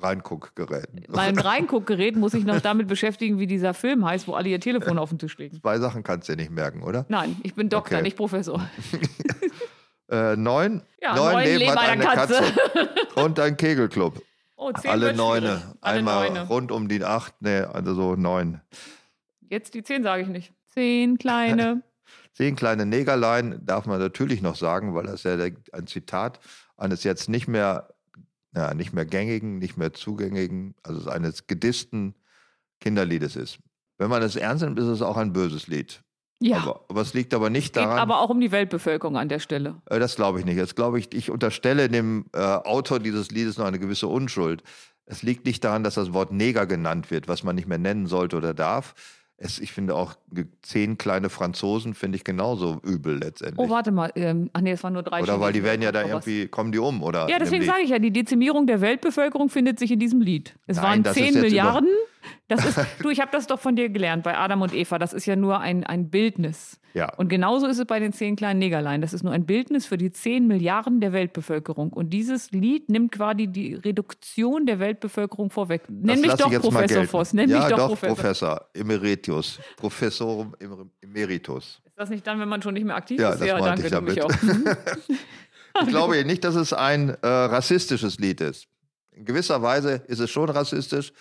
C: Reinguckgeräten.
D: Mein Reinguckgerät muss ich noch damit beschäftigen, wie dieser Film heißt, wo alle ihr Telefon auf den Tisch legen.
C: Zwei Sachen kannst du dir nicht merken, oder?
D: Nein, ich bin Doktor,
C: Okay.
D: nicht Professor.
C: Äh, neun,
D: Ja,
C: neun,
D: neun
C: Leben,
D: Leben
C: hat eine
D: einer
C: Katze.
D: Katze.
C: Und ein Kegelclub.
D: Oh, zehn
C: Alle
D: wird schwierig.
C: Neune.
D: Alle
C: Einmal
D: Neune.
C: rund um die acht, ne, also so neun.
D: Jetzt die zehn sage ich nicht. Zehn kleine.
C: Zehn kleine Negerlein darf man natürlich noch sagen, weil das ja der- ein Zitat eines jetzt nicht mehr, ja, nicht mehr gängigen, nicht mehr zugängigen, also eines gedissten Kinderliedes ist. Wenn man es ernst nimmt, ist es auch ein böses Lied.
D: Ja,
C: Aber, aber es liegt aber nicht
D: geht
C: daran.
D: aber auch um die Weltbevölkerung an der Stelle.
C: Äh, Das glaube ich nicht. Jetzt glaube ich, ich unterstelle dem äh, Autor dieses Liedes noch eine gewisse Unschuld. Es liegt nicht daran, dass das Wort Neger genannt wird, was man nicht mehr nennen sollte oder darf. Es, ich finde auch ge- zehn kleine Franzosen finde ich genauso übel letztendlich.
D: Oh, warte mal. Ähm, ach nee, es waren nur drei.
C: oder weil die
D: Chinesen.
C: werden ja da
D: Aber was-
C: irgendwie, kommen die um oder
D: Ja, deswegen
C: in dem
D: sage ich ja, die Dezimierung der Weltbevölkerung findet sich in diesem Lied. Es
C: Nein,
D: waren
C: das ist
D: 10
C: jetzt
D: Milliarden. Das ist, du, ich habe das doch von dir gelernt bei Adam und Eva. Das ist ja nur ein, ein Bildnis.
C: Lied. Ja.
D: Und genauso ist es bei den zehn kleinen Negerlein. Das ist nur ein Bildnis für die 10 Milliarden der Weltbevölkerung. Und dieses Lied nimmt quasi die Reduktion der Weltbevölkerung vorweg. Nenn
C: Das
D: mich
C: lasse
D: doch
C: ich jetzt mal
D: Professor
C: gelten.
D: Voss. Nenn
C: ja,
D: mich doch,
C: doch
D: Professor.
C: Professor Emeritus. Professorum emer- Emeritus.
D: Ist das nicht dann, wenn man schon nicht mehr aktiv
C: Ja,
D: ist?
C: das
D: Ja,
C: meinte
D: danke,
C: ich
D: du mich auch.
C: damit. Ich glaube nicht, dass es ein äh, rassistisches Lied ist. In gewisser Weise ist es schon rassistisch,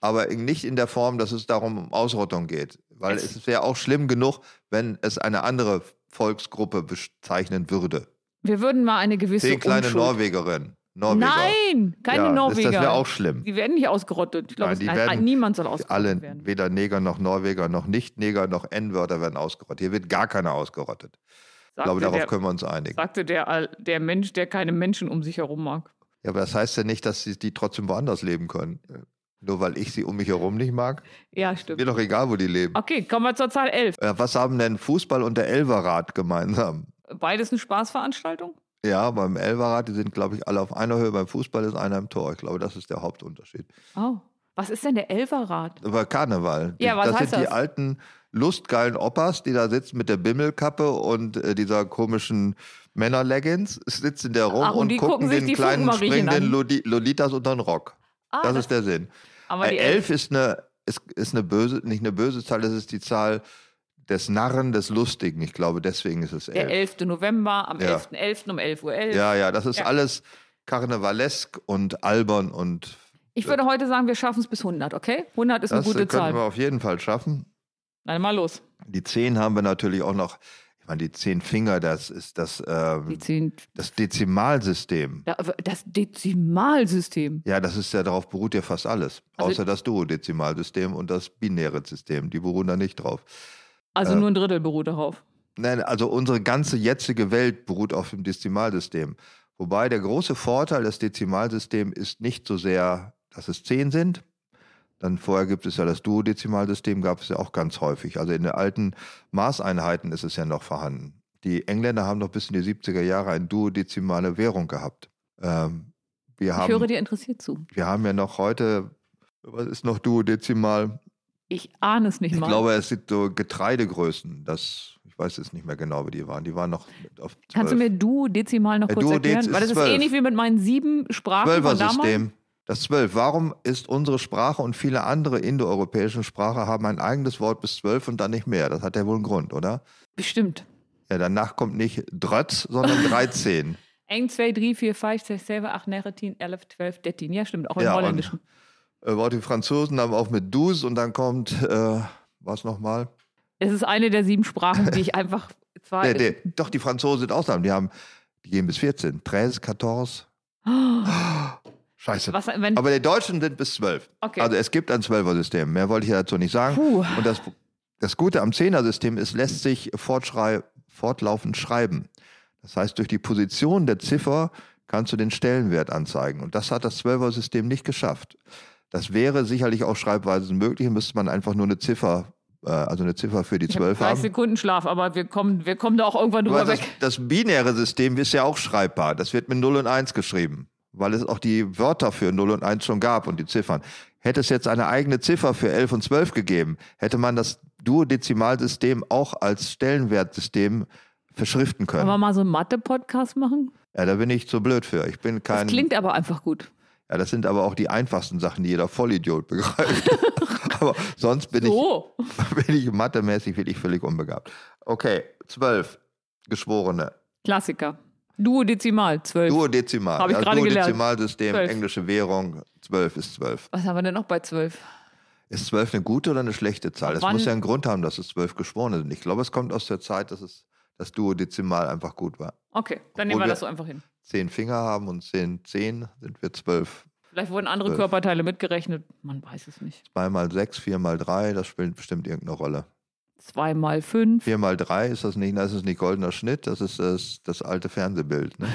C: aber in, nicht in der Form, dass es darum um Ausrottung geht. Weil
D: Es-
C: es, wäre auch schlimm genug, wenn es eine andere Volksgruppe bezeichnen würde.
D: Wir würden mal eine gewisse
C: Zehn kleine
D: Unschuld.
C: Norwegerinnen. Norweger.
D: Nein, keine
C: ja,
D: Norweger.
C: Das, das wäre auch schlimm.
D: Die werden nicht ausgerottet. Ich glaube,
C: Nein, die
D: es-
C: werden-
D: niemand soll
C: Alle,
D: ausgerottet werden.
C: weder Neger noch Norweger noch Nicht-Neger noch N-Wörter werden ausgerottet. Hier wird gar keiner ausgerottet. Ich
D: Sagte,
C: glaube, darauf
D: der,
C: können wir uns einigen.
D: sagte der, Al- der Mensch, der keine Menschen um sich herum mag.
C: Ja, aber das heißt ja nicht, dass sie, die trotzdem woanders leben können. Äh, Nur weil ich sie um mich herum nicht mag.
D: Ja,
C: Mir
D: stimmt.
C: doch egal, wo die leben.
D: Okay, kommen wir zur Zahl 11.
C: Äh, was haben denn Fußball und der Elverrat gemeinsam?
D: Beides eine Spaßveranstaltung?
C: Ja, beim Elverrat, die sind, glaube ich, alle auf einer Höhe. Beim Fußball ist einer im Tor. Ich glaube, das ist der Hauptunterschied.
D: Oh. Was ist denn der Elferrad?
C: Aber Karneval. die-
D: Ja, was
C: das
D: heißt
C: sind die
D: das?
C: alten, lustgeilen Oppas, die da sitzen mit der Bimmelkappe und äh, dieser komischen Männerleggings, sitzen da rum
D: Ach, und
C: und,
D: die
C: gucken
D: gucken sich
C: den
D: die
C: kleinen
D: Fugenmariechen
C: springenden
D: an.
C: Lodi Lolitas unter den Rock.
D: Ah,
C: das, ist der Sinn.
D: aber
C: äh,
D: die
C: elf ist eine, ist, ist eine böse, nicht eine böse Zahl, das ist die Zahl des Narren, des Lustigen. Ich glaube, deswegen ist es elf.
D: der 11. November am
C: Ja.
D: 11.11. um 11.11 Uhr.
C: Ja, ja, das ist
D: Ja.
C: alles karnevalesk und albern und
D: Ich würde heute sagen, wir schaffen es bis 100, okay? 100 ist eine
C: das äh,
D: gute
C: könnten wir
D: Zahl.
C: auf jeden Fall schaffen.
D: Dann mal los.
C: Die zehn haben wir natürlich auch noch. Ich meine, die zehn Finger, das ist das,
D: Die
C: ähm,
D: 10,
C: das Dezimalsystem.
D: da- das Dezimalsystem.
C: Ja, das ist ja darauf beruht ja fast alles.
D: Also-
C: außer das Duodezimalsystem und das binäre System. Die beruhen da nicht drauf.
D: Also
C: Äh,
D: nur ein Drittel beruht darauf.
C: Nein, also unsere ganze jetzige Welt beruht auf dem Dezimalsystem. Wobei der große Vorteil des Dezimalsystems ist nicht so sehr, dass es zehn sind. Dann vorher gibt es ja das Duodezimalsystem, gab es ja auch ganz häufig. Also in den alten Maßeinheiten ist es ja noch vorhanden. Die Engländer haben noch bis in die 70er Jahre eine duodezimale Währung gehabt. Ähm, wir,
D: Ich höre
C: haben,
D: dir interessiert zu.
C: wir haben ja noch heute, was ist noch duodezimal?
D: Ich ahne es nicht
C: Ich
D: mal.
C: glaube, es sind so Getreidegrößen. Das, ich weiß jetzt nicht mehr genau, wie die waren. Die waren noch auf
D: Kannst du mir Duodezimal noch
C: Äh,
D: kurz
C: Duodez
D: erklären?
C: ist
D: Weil das ist
C: 12.
D: ähnlich wie mit meinen sieben Sprachen von damals.
C: Zwölfer-System. Das Zwölf. Warum ist unsere Sprache und viele andere indoeuropäische Sprachen haben ein eigenes Wort bis zwölf und dann nicht mehr? Das hat ja wohl einen Grund, oder?
D: Bestimmt.
C: Ja, danach kommt nicht Drötz, sondern 13.
D: Eng, zwei, drei, vier, fünf, sechs, sieben, acht, neun, zehn, elf, zwölf, dreizehn. Ja, stimmt. Auch im
C: Ja, und-
D: Holländischen.
C: äh, Wort die Franzosen haben auch mit Dus und dann kommt, äh, was nochmal?
D: Es ist eine der sieben Sprachen, die ich einfach zwar.
C: Nee, nee, doch, die Franzosen sind Ausnahmen. Die haben, die gehen bis 14. 13, 14. Scheiße.
D: Oh. Was, wenn,
C: Aber die Deutschen sind bis 12.
D: Okay.
C: Also es gibt ein Zwölfer-System. Mehr wollte ich ja dazu nicht sagen.
D: Puh.
C: Und das, das Gute am Zehner-System ist, lässt sich fortschrei fortlaufend schreiben. Das heißt, durch die Position der Ziffer kannst du den Stellenwert anzeigen. Und das hat das Zwölfer-System nicht geschafft. Das wäre sicherlich auch Schreibweisen möglich, müsste man einfach nur eine Ziffer, äh, also eine Ziffer für die
D: ich habe
C: Zwölf
D: 30
C: haben.
D: Sekunden Schlaf, aber wir kommen, wir kommen da auch irgendwann
C: Aber
D: drüber
C: das,
D: weg.
C: das binäre System ist ja auch schreibbar. Das wird mit 0 und 1 geschrieben, weil es auch die Wörter für 0 und 1 schon gab und die Ziffern. Hätte es jetzt eine eigene Ziffer für 11 und 12 gegeben, hätte man das Duodezimalsystem auch als Stellenwertsystem verschriften
D: Wollen wir
C: können.
D: mal so einen Mathe-Podcast machen?
C: Ja, da bin ich zu blöd für. Ich bin
D: Das
C: kein.
D: klingt aber einfach gut.
C: ja, das sind aber auch die einfachsten Sachen, die jeder Vollidiot begreift. aber sonst bin ich
D: So.
C: bin ich mathemäßig wirklich völlig unbegabt. Okay, 12 Geschworene.
D: Klassiker. Duodezimal, zwölf.
C: Duodezimal.
D: Hab ich gerade gelernt.
C: Duodezimalsystem,
D: Zwölf.
C: englische Währung, 12 ist 12.
D: Was haben wir denn noch bei zwölf?
C: Ist 12 eine gute oder eine schlechte Zahl? Das
D: Wann-
C: muss ja einen Grund haben, dass es 12 Geschworene sind. Ich glaube, es kommt aus der Zeit, dass es das Duodezimal einfach gut war.
D: Okay,
C: Obwohl
D: dann nehmen wir
C: wir-
D: das so einfach hin.
C: Zehn Finger haben und zehn Zehen sind wir zwölf.
D: Vielleicht wurden andere
C: Zwölf.
D: Körperteile mitgerechnet. Man weiß es nicht.
C: Zwei mal sechs, vier mal drei, das spielt bestimmt irgendeine Rolle.
D: Zwei mal fünf.
C: Vier mal drei ist das nicht, das ist nicht goldener Schnitt, das ist das, das alte Fernsehbild. Ne?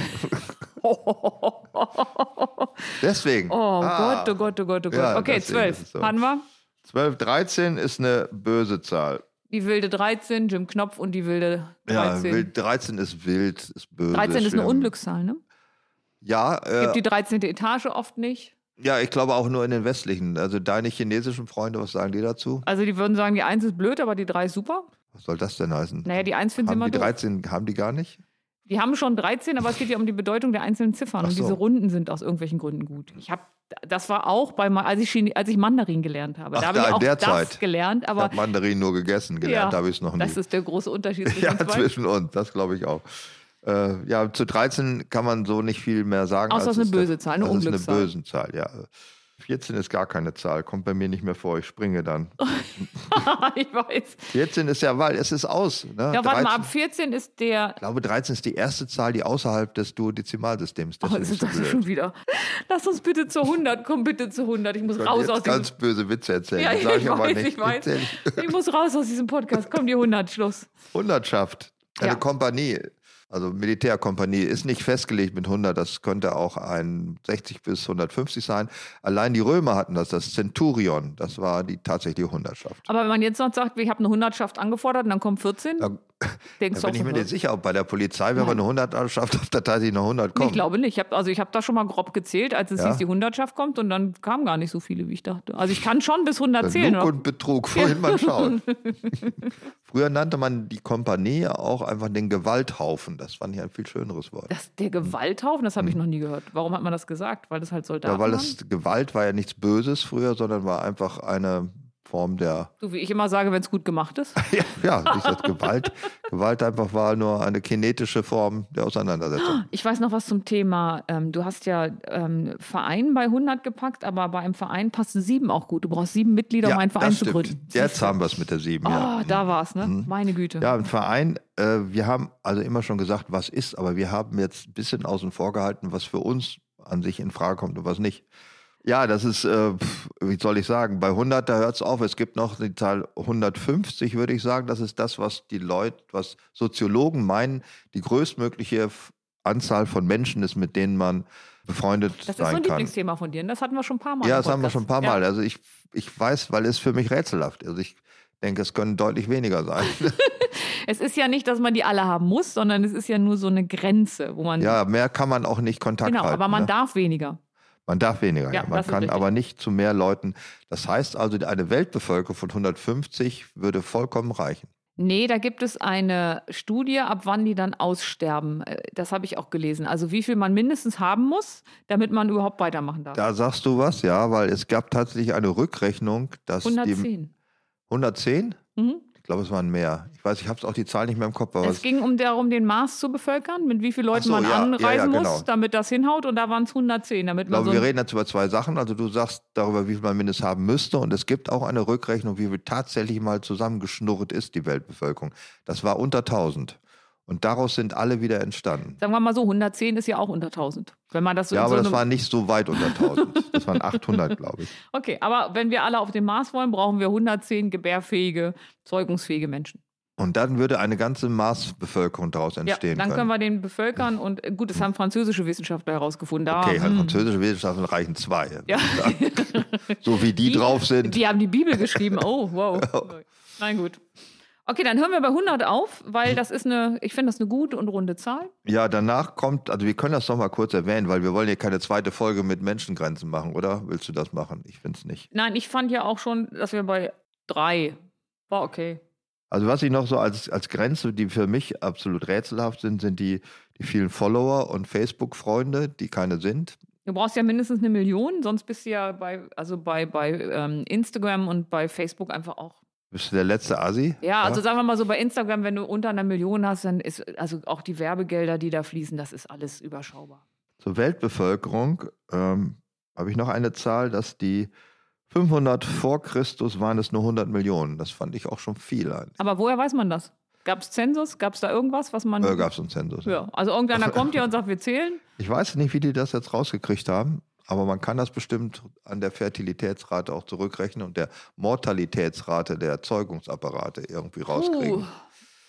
C: Ah. Deswegen.
D: Oh
C: Ah.
D: Gott, oh Gott, oh Gott, oh Gott.
C: Ja,
D: okay,
C: deswegen ist
D: zwölf.
C: es so.
D: Haben wir?
C: 12, 13 ist eine böse Zahl.
D: Die wilde 13, Jim Knopf und die wilde 13.
C: Ja, wild, 13 ist wild, ist böse.
D: 13 ist eine
C: schlimm.
D: Unglückszahl, ne?
C: Ja,
D: Gibt
C: äh,
D: die 13. Etage oft nicht.
C: ja, ich glaube auch nur in den westlichen. Also deine chinesischen Freunde, was sagen die dazu?
D: Also die würden sagen, die 1 ist blöd, aber die 3 ist super.
C: Was soll das denn heißen?
D: Naja, die 1 finden sie
C: haben
D: immer
C: die
D: doof.
C: 13, haben die gar nicht?
D: Die haben schon 13, aber es geht ja um die Bedeutung der einzelnen Ziffern.
C: Ach
D: Und
C: so.
D: diese Runden sind aus irgendwelchen Gründen gut. Ich habe, das war auch bei, Ma- als ich, Chine- als ich Mandarin gelernt habe.
C: Ach,
D: da habe
C: da
D: ich
C: in
D: auch
C: der
D: das
C: Zeit.
D: gelernt,
C: Ich
D: aber
C: habe Mandarin nur gegessen, gelernt
D: Ja,
C: habe ich es noch nie.
D: das ist der große Unterschied zwischen
C: ja,
D: den zwei.
C: zwischen uns, das glaube ich auch. Äh, ja, zu 13 kann man so nicht viel mehr sagen.
D: Außer es ist eine
C: der-
D: böse Zahl, eine
C: das ist
D: Unglückszahl.
C: eine böse Zahl, ja. 14 ist gar keine Zahl, kommt bei mir nicht mehr vor, ich springe dann.
D: Oh. ich weiß.
C: 14 ist ja, weil es ist aus. Ne?
D: Ja,
C: 13
D: warte mal, ab 14 ist der.
C: Ich glaube, 13 ist die erste Zahl, die außerhalb des Duodezimalsystems.
D: Oh, das
C: Deswegen
D: ist
C: so
D: das
C: blöd.
D: schon wieder. Lass uns bitte zur 100, komm bitte zur 100. Ich muss
C: Gott,
D: raus
C: jetzt
D: aus diesem.
C: ganz böse Witze erzählen.
D: Ja,
C: Das
D: ich
C: sag ich aber
D: weiß,
C: nicht.
D: ich weiß.
C: Erzähl ich.
D: Ich muss raus aus diesem Podcast. Komm, die 100, Schluss.
C: Hundertschaft. Eine
D: Ja.
C: Kompanie, also Militärkompanie, ist nicht festgelegt mit 100. Das könnte auch ein 60 bis 150 sein. Allein die Römer hatten das, das Centurion. Das war die tatsächliche Hundertschaft.
D: Aber wenn man jetzt noch sagt, ich habe eine Hundertschaft angefordert und dann kommen 14,
C: Da,
D: denkst
C: da
D: du auch
C: bin ich mir
D: sofort,
C: nicht sicher, ob bei der Polizei, wenn man eine Hundertschaft auf der tatsächlich eine 100
D: Nee,
C: kommt.
D: Ich glaube nicht. Ich hab, also ich habe da schon mal grob gezählt, als es
C: Ja?
D: hieß, die Hundertschaft kommt und dann kamen gar nicht so viele, wie ich dachte. Also ich kann schon bis 100 zählen.
C: Lug
D: oder?
C: und Betrug, wohin man schaut. Früher nannte man die Kompanie auch einfach den Gewalthaufen. Das fand ich ein viel schöneres Wort.
D: Das, der Gewalthaufen, das habe ich noch nie gehört. Warum hat man das gesagt? Weil das halt Soldaten
C: Hm. Ja, weil
D: waren?
C: das Gewalt war ja nichts Böses früher, sondern war einfach eine Form der.
D: Du, wie ich immer sage, wenn es gut gemacht ist.
C: Ja, ja wie gesagt, Gewalt. Gewalt einfach war nur eine kinetische Form der Auseinandersetzung.
D: Ich weiß noch was zum Thema. Ähm, du hast ja ähm, Verein bei 100 gepackt, aber bei einem Verein passen sieben auch gut. Du brauchst sieben Mitglieder, um einen Verein
C: das
D: zu
C: stimmt.
D: gründen.
C: Jetzt haben wir es mit der sieben.
D: Oh,
C: ja. Mhm.
D: da war es, ne? Meine Güte.
C: Ja, ein Verein, äh, wir haben also immer schon gesagt, was ist, aber wir haben jetzt ein bisschen außen vor gehalten, was für uns an sich in Frage kommt und was nicht. Ja, das ist, äh, pf, wie soll ich sagen, bei 100, da hört es auf. Es gibt noch die Zahl 150, würde ich sagen. Das ist das, was die Leute, was Soziologen meinen, die größtmögliche F- Anzahl von Menschen ist, mit denen man befreundet
D: das ist so
C: sein
D: ein
C: kann.
D: Lieblingsthema von dir. und Das hatten wir schon ein paar Mal.
C: Ja,
D: im
C: das haben wir
D: Podcast.
C: schon ein paar
D: Ja.
C: Mal. Also ich, ich weiß, weil es für mich rätselhaft ist. Also ich denke, es können deutlich weniger sein.
D: Es ist ja nicht, dass man die alle haben muss, sondern es ist ja nur so eine Grenze, wo man.
C: Ja, mehr kann man auch nicht Kontakt
D: genau,
C: halten.
D: aber man
C: ne?
D: darf weniger.
C: Man darf weniger, ja,
D: Ja,
C: man
D: das ist
C: kann
D: richtig.
C: aber nicht zu mehr Leuten. Das heißt also, eine Weltbevölkerung von 150 würde vollkommen reichen.
D: Nee, da gibt es eine Studie, ab wann die dann aussterben. Äh, Das habe ich auch gelesen. Also wie viel man mindestens haben muss, damit man überhaupt weitermachen darf.
C: Da sagst du was, ja, weil es gab tatsächlich eine Rückrechnung, dass die
D: 110.
C: 110,
D: Mhm.
C: ich glaube, es waren mehr. Ich weiß, ich habe auch die Zahl nicht mehr im Kopf, aber
D: Es
C: es,
D: ging um darum, den Mars zu bevölkern, mit wie vielen Leuten
C: so,
D: man
C: ja, ja, ja,
D: anreisen
C: genau.
D: muss, damit das hinhaut. Und da waren es 110, damit
C: ich
D: man
C: glaube,
D: so
C: wir
D: ein-
C: reden jetzt über zwei Sachen. Also du sagst darüber, wie viel man mindestens haben müsste und es gibt auch eine Rückrechnung, wie viel tatsächlich mal zusammengeschnurrt ist die Weltbevölkerung. Das war unter 1000 und daraus sind alle wieder entstanden.
D: sagen wir mal so, 110 ist ja auch unter 1000. Wenn man das so
C: Ja,
D: in so
C: aber das
D: einem-
C: war nicht so weit unter 1000. Das waren 800, glaube ich.
D: Okay, aber wenn wir alle auf den Mars wollen, brauchen wir 110 gebärfähige, zeugungsfähige Menschen.
C: Und dann würde eine ganze Marsbevölkerung daraus
D: Ja,
C: entstehen
D: dann können
C: können.
D: wir den bevölkern und äh, gut, das haben französische Wissenschaftler herausgefunden. Da,
C: Hm. Okay, halt
D: hm,
C: französische Wissenschaftler reichen zwei. würde
D: Ja.
C: ich sagen. So wie die, drauf sind. Genau.
D: Die haben die Bibel geschrieben. Oh, wow. Nein, gut. Okay, dann hören wir bei 100 auf, weil das ist eine, ich finde das eine gute und runde Zahl.
C: Ja, danach kommt, also wir können das noch mal kurz erwähnen, weil wir wollen hier keine zweite Folge mit Menschengrenzen machen, oder? Willst du das machen? Ich finde es nicht.
D: Nein, ich fand ja auch schon, dass wir bei 3 war okay.
C: Also was ich noch so als, als Grenze, die für mich absolut rätselhaft sind, sind die, die vielen Follower und Facebook-Freunde, die keine sind.
D: Du brauchst ja mindestens eine Million, sonst bist du ja bei, also bei, bei ähm, Instagram und bei Facebook einfach auch.
C: Bist du der letzte Asi?
D: Ja, also sagen wir mal so, bei Instagram, wenn du unter einer Million hast, dann ist also auch die Werbegelder, die da fließen, das ist alles überschaubar.
C: Zur Weltbevölkerung ähm, habe ich noch eine Zahl, dass die 500 vor Christus waren es nur 100 Millionen. Das fand ich auch schon viel. An.
D: Aber woher weiß man das? Gab es Zensus? Gab es da irgendwas, was man.
C: Äh, Gab es einen Zensus.
D: ja, also irgendeiner kommt ja und sagt, wir zählen.
C: Ich weiß nicht, wie die das jetzt rausgekriegt haben, aber man kann das bestimmt an der Fertilitätsrate auch zurückrechnen und der Mortalitätsrate der Erzeugungsapparate irgendwie rauskriegen.
D: Puh.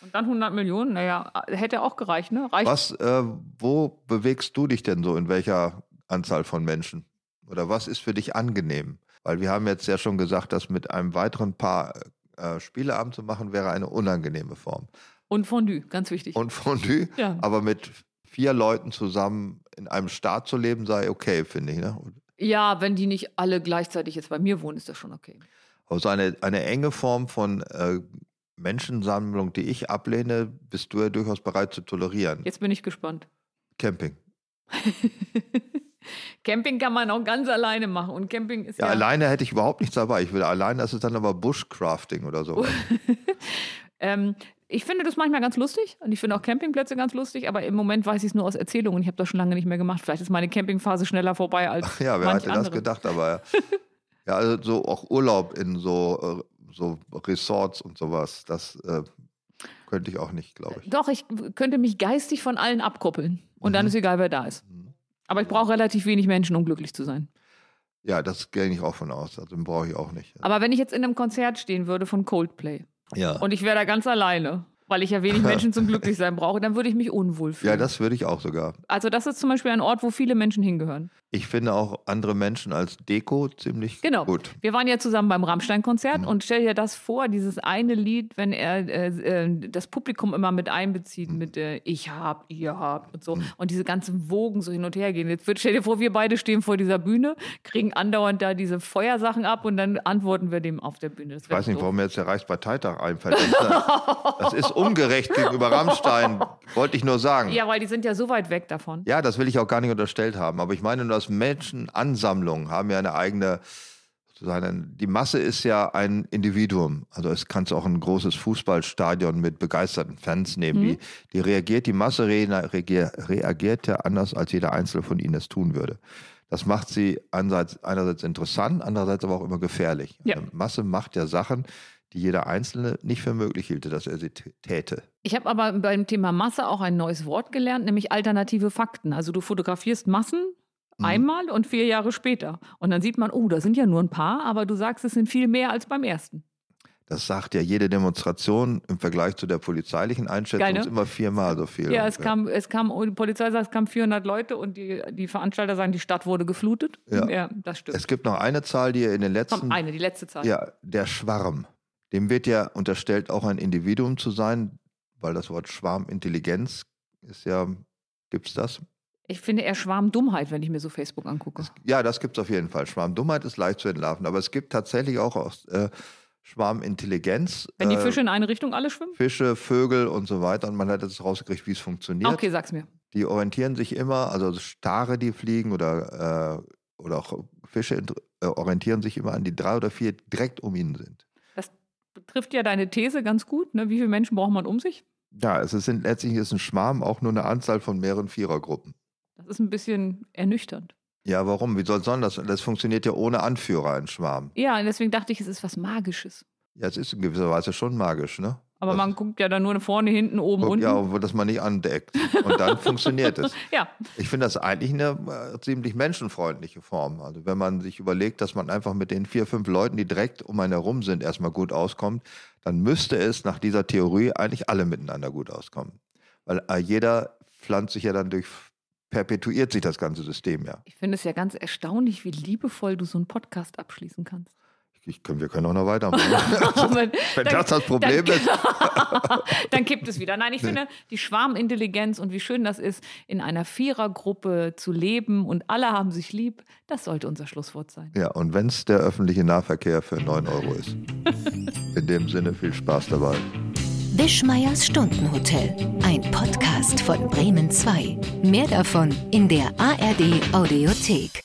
D: Und dann 100 Millionen, naja, hätte auch gereicht, ne? Reicht.
C: Was, äh, wo bewegst du dich denn so? In welcher Anzahl von Menschen? Oder was ist für dich angenehm? Weil wir haben jetzt ja schon gesagt, dass mit einem weiteren Paar äh, Spieleabend zu machen wäre eine unangenehme Form.
D: Und Fondue, ganz wichtig.
C: Und Fondue,
D: ja.
C: aber mit vier Leuten zusammen in einem Staat zu leben, sei okay, finde ich. Ne?
D: ja, wenn die nicht alle gleichzeitig jetzt bei mir wohnen, ist das schon okay.
C: Also eine, eine enge Form von äh, Menschensammlung, die ich ablehne, bist du ja durchaus bereit zu tolerieren.
D: Jetzt bin ich gespannt.
C: Camping.
D: Camping kann man auch ganz alleine machen. Und Camping ist
C: Ja,
D: ja.
C: alleine hätte ich überhaupt nichts dabei. Ich würde alleine, das ist dann aber Bushcrafting oder so.
D: ähm, ich finde das manchmal ganz lustig und ich finde auch Campingplätze ganz lustig, aber im Moment weiß ich es nur aus Erzählungen. Ich habe das schon lange nicht mehr gemacht. Vielleicht ist meine Campingphase schneller vorbei als.
C: Ja, wer
D: manch
C: hätte das
D: andere.
C: gedacht, aber ja, also so auch Urlaub in so, äh, so Resorts und sowas, das äh, könnte ich auch nicht, glaube ich.
D: Doch, ich könnte mich geistig von allen abkoppeln. Und dann
C: Mhm.
D: ist egal, wer da ist.
C: Mhm.
D: Aber ich brauche relativ wenig Menschen, um glücklich zu sein.
C: Ja, das gehe ich auch von aus. Also brauche ich auch nicht.
D: Aber wenn ich jetzt in einem Konzert stehen würde von Coldplay
C: Ja.
D: und ich wäre da ganz alleine, weil ich ja wenig Menschen zum Glücklichsein brauche, dann würde ich mich unwohl fühlen.
C: Ja, das würde ich auch sogar.
D: also das ist zum Beispiel ein Ort, wo viele Menschen hingehören.
C: Ich finde auch andere Menschen als Deko ziemlich
D: Genau.
C: gut.
D: Wir waren ja zusammen beim Rammstein-Konzert
C: Genau.
D: und stell dir das vor, dieses eine Lied, wenn er äh, äh, das Publikum immer mit einbezieht, mit
C: Mhm.
D: äh, ich hab, ihr habt und so. Und diese ganzen Wogen so hin und her gehen. Jetzt wird, stell dir vor, wir beide stehen vor dieser Bühne, kriegen andauernd da diese Feuersachen ab und dann antworten wir dem auf der Bühne. Das
C: Ich weiß nicht, warum mir jetzt der Reichsparteitag einfällt. Das ist, das ist ungerecht gegenüber Rammstein, wollte ich nur sagen. Ja.
D: Ja, weil die sind ja so weit weg davon.
C: das will ich auch gar nicht unterstellt haben. Aber ich meine, nur, dass Menschenansammlungen haben ja eine eigene, sozusagen, die Masse ist ja ein Individuum. Also es kann auch ein großes Fußballstadion mit begeisterten Fans nehmen. Die, die reagiert, die Masse re reagier- reagiert ja anders, als jeder Einzelne von ihnen es tun würde. Das macht sie einerseits, einerseits interessant, andererseits aber auch immer gefährlich.
D: Ja.
C: Eine Masse macht ja Sachen, die jeder Einzelne nicht für möglich hielte, dass er sie t- täte.
D: Ich habe aber beim Thema Masse auch ein neues Wort gelernt, nämlich alternative Fakten. Also du fotografierst Massen
C: Mhm.
D: einmal und vier Jahre später. Und dann sieht man, oh, da sind ja nur ein paar, aber du sagst, es sind viel mehr als beim ersten.
C: Das sagt ja jede Demonstration im Vergleich zu der polizeilichen Einschätzung
D: Geil, ne?
C: ist immer viermal so viel.
D: Ja, es kam, es kam, oh, die Polizei sagt, es kamen 400 Leute und die, die Veranstalter sagen, die Stadt wurde geflutet.
C: Ja.
D: das stimmt.
C: Es gibt noch eine Zahl, die ihr in den letzten
D: Komm, eine, die letzte Zahl.
C: Ja, der Schwarm. Dem wird ja unterstellt, auch ein Individuum zu sein, weil das Wort Schwarmintelligenz ist ja, gibt's das?
D: ich finde eher Schwarmdummheit, wenn ich mir so Facebook angucke.
C: Ja, das gibt es auf jeden Fall. Schwarmdummheit ist leicht zu entlarven, aber es gibt tatsächlich auch, aus, äh, Schwarmintelligenz.
D: Wenn die
C: äh,
D: Fische in eine Richtung alle schwimmen?
C: Fische, Vögel und so weiter. Und man hat jetzt rausgekriegt, wie es funktioniert.
D: Okay, sag's mir.
C: Die orientieren sich immer, also Stare, die fliegen oder, äh, oder auch Fische int- äh, orientieren sich immer an die drei oder vier, die direkt um ihnen sind.
D: Das trifft ja deine These ganz gut. Ne? Wie viele Menschen braucht man um sich?
C: Ja, es ist, sind letztlich ist ein Schwarm auch nur eine Anzahl von mehreren Vierergruppen.
D: Das ist ein bisschen ernüchternd.
C: Ja, warum? Wie soll sonst das? Das funktioniert ja ohne Anführer, ein Schwarm.
D: Ja, und deswegen dachte ich, es ist was Magisches.
C: Ja, es ist in gewisser Weise schon magisch, ne?
D: Aber
C: Das-
D: man guckt ja dann nur vorne, hinten, oben,
C: Guck,
D: unten.
C: ja, wo- dass man nicht andeckt. Und dann funktioniert es.
D: ja,
C: Ich finde das eigentlich eine äh, ziemlich menschenfreundliche Form. Also wenn man sich überlegt, dass man einfach mit den vier, fünf Leuten, die direkt um einen herum sind, erstmal gut auskommt, dann müsste es nach dieser Theorie eigentlich alle miteinander gut auskommen. Weil äh, jeder pflanzt sich ja dann durch, perpetuiert sich das ganze System ja.
D: Ich finde es ja ganz erstaunlich, wie liebevoll du so einen Podcast abschließen kannst.
C: Ich, ich, können- wir können auch noch weitermachen.
D: Wenn
C: Wenn das das Problem ist.
D: dann kippt es wieder. Nein, ich finde die Schwarmintelligenz und wie schön das ist, in einer Vierergruppe zu leben und alle haben sich lieb, das sollte unser Schlusswort sein.
C: Ja, und wenn es der öffentliche Nahverkehr für 9 Euro ist. In dem Sinne viel Spaß dabei.
A: Wischmeiers Stundenhotel. Ein Podcast von Bremen 2. Mehr davon in der ARD Audiothek.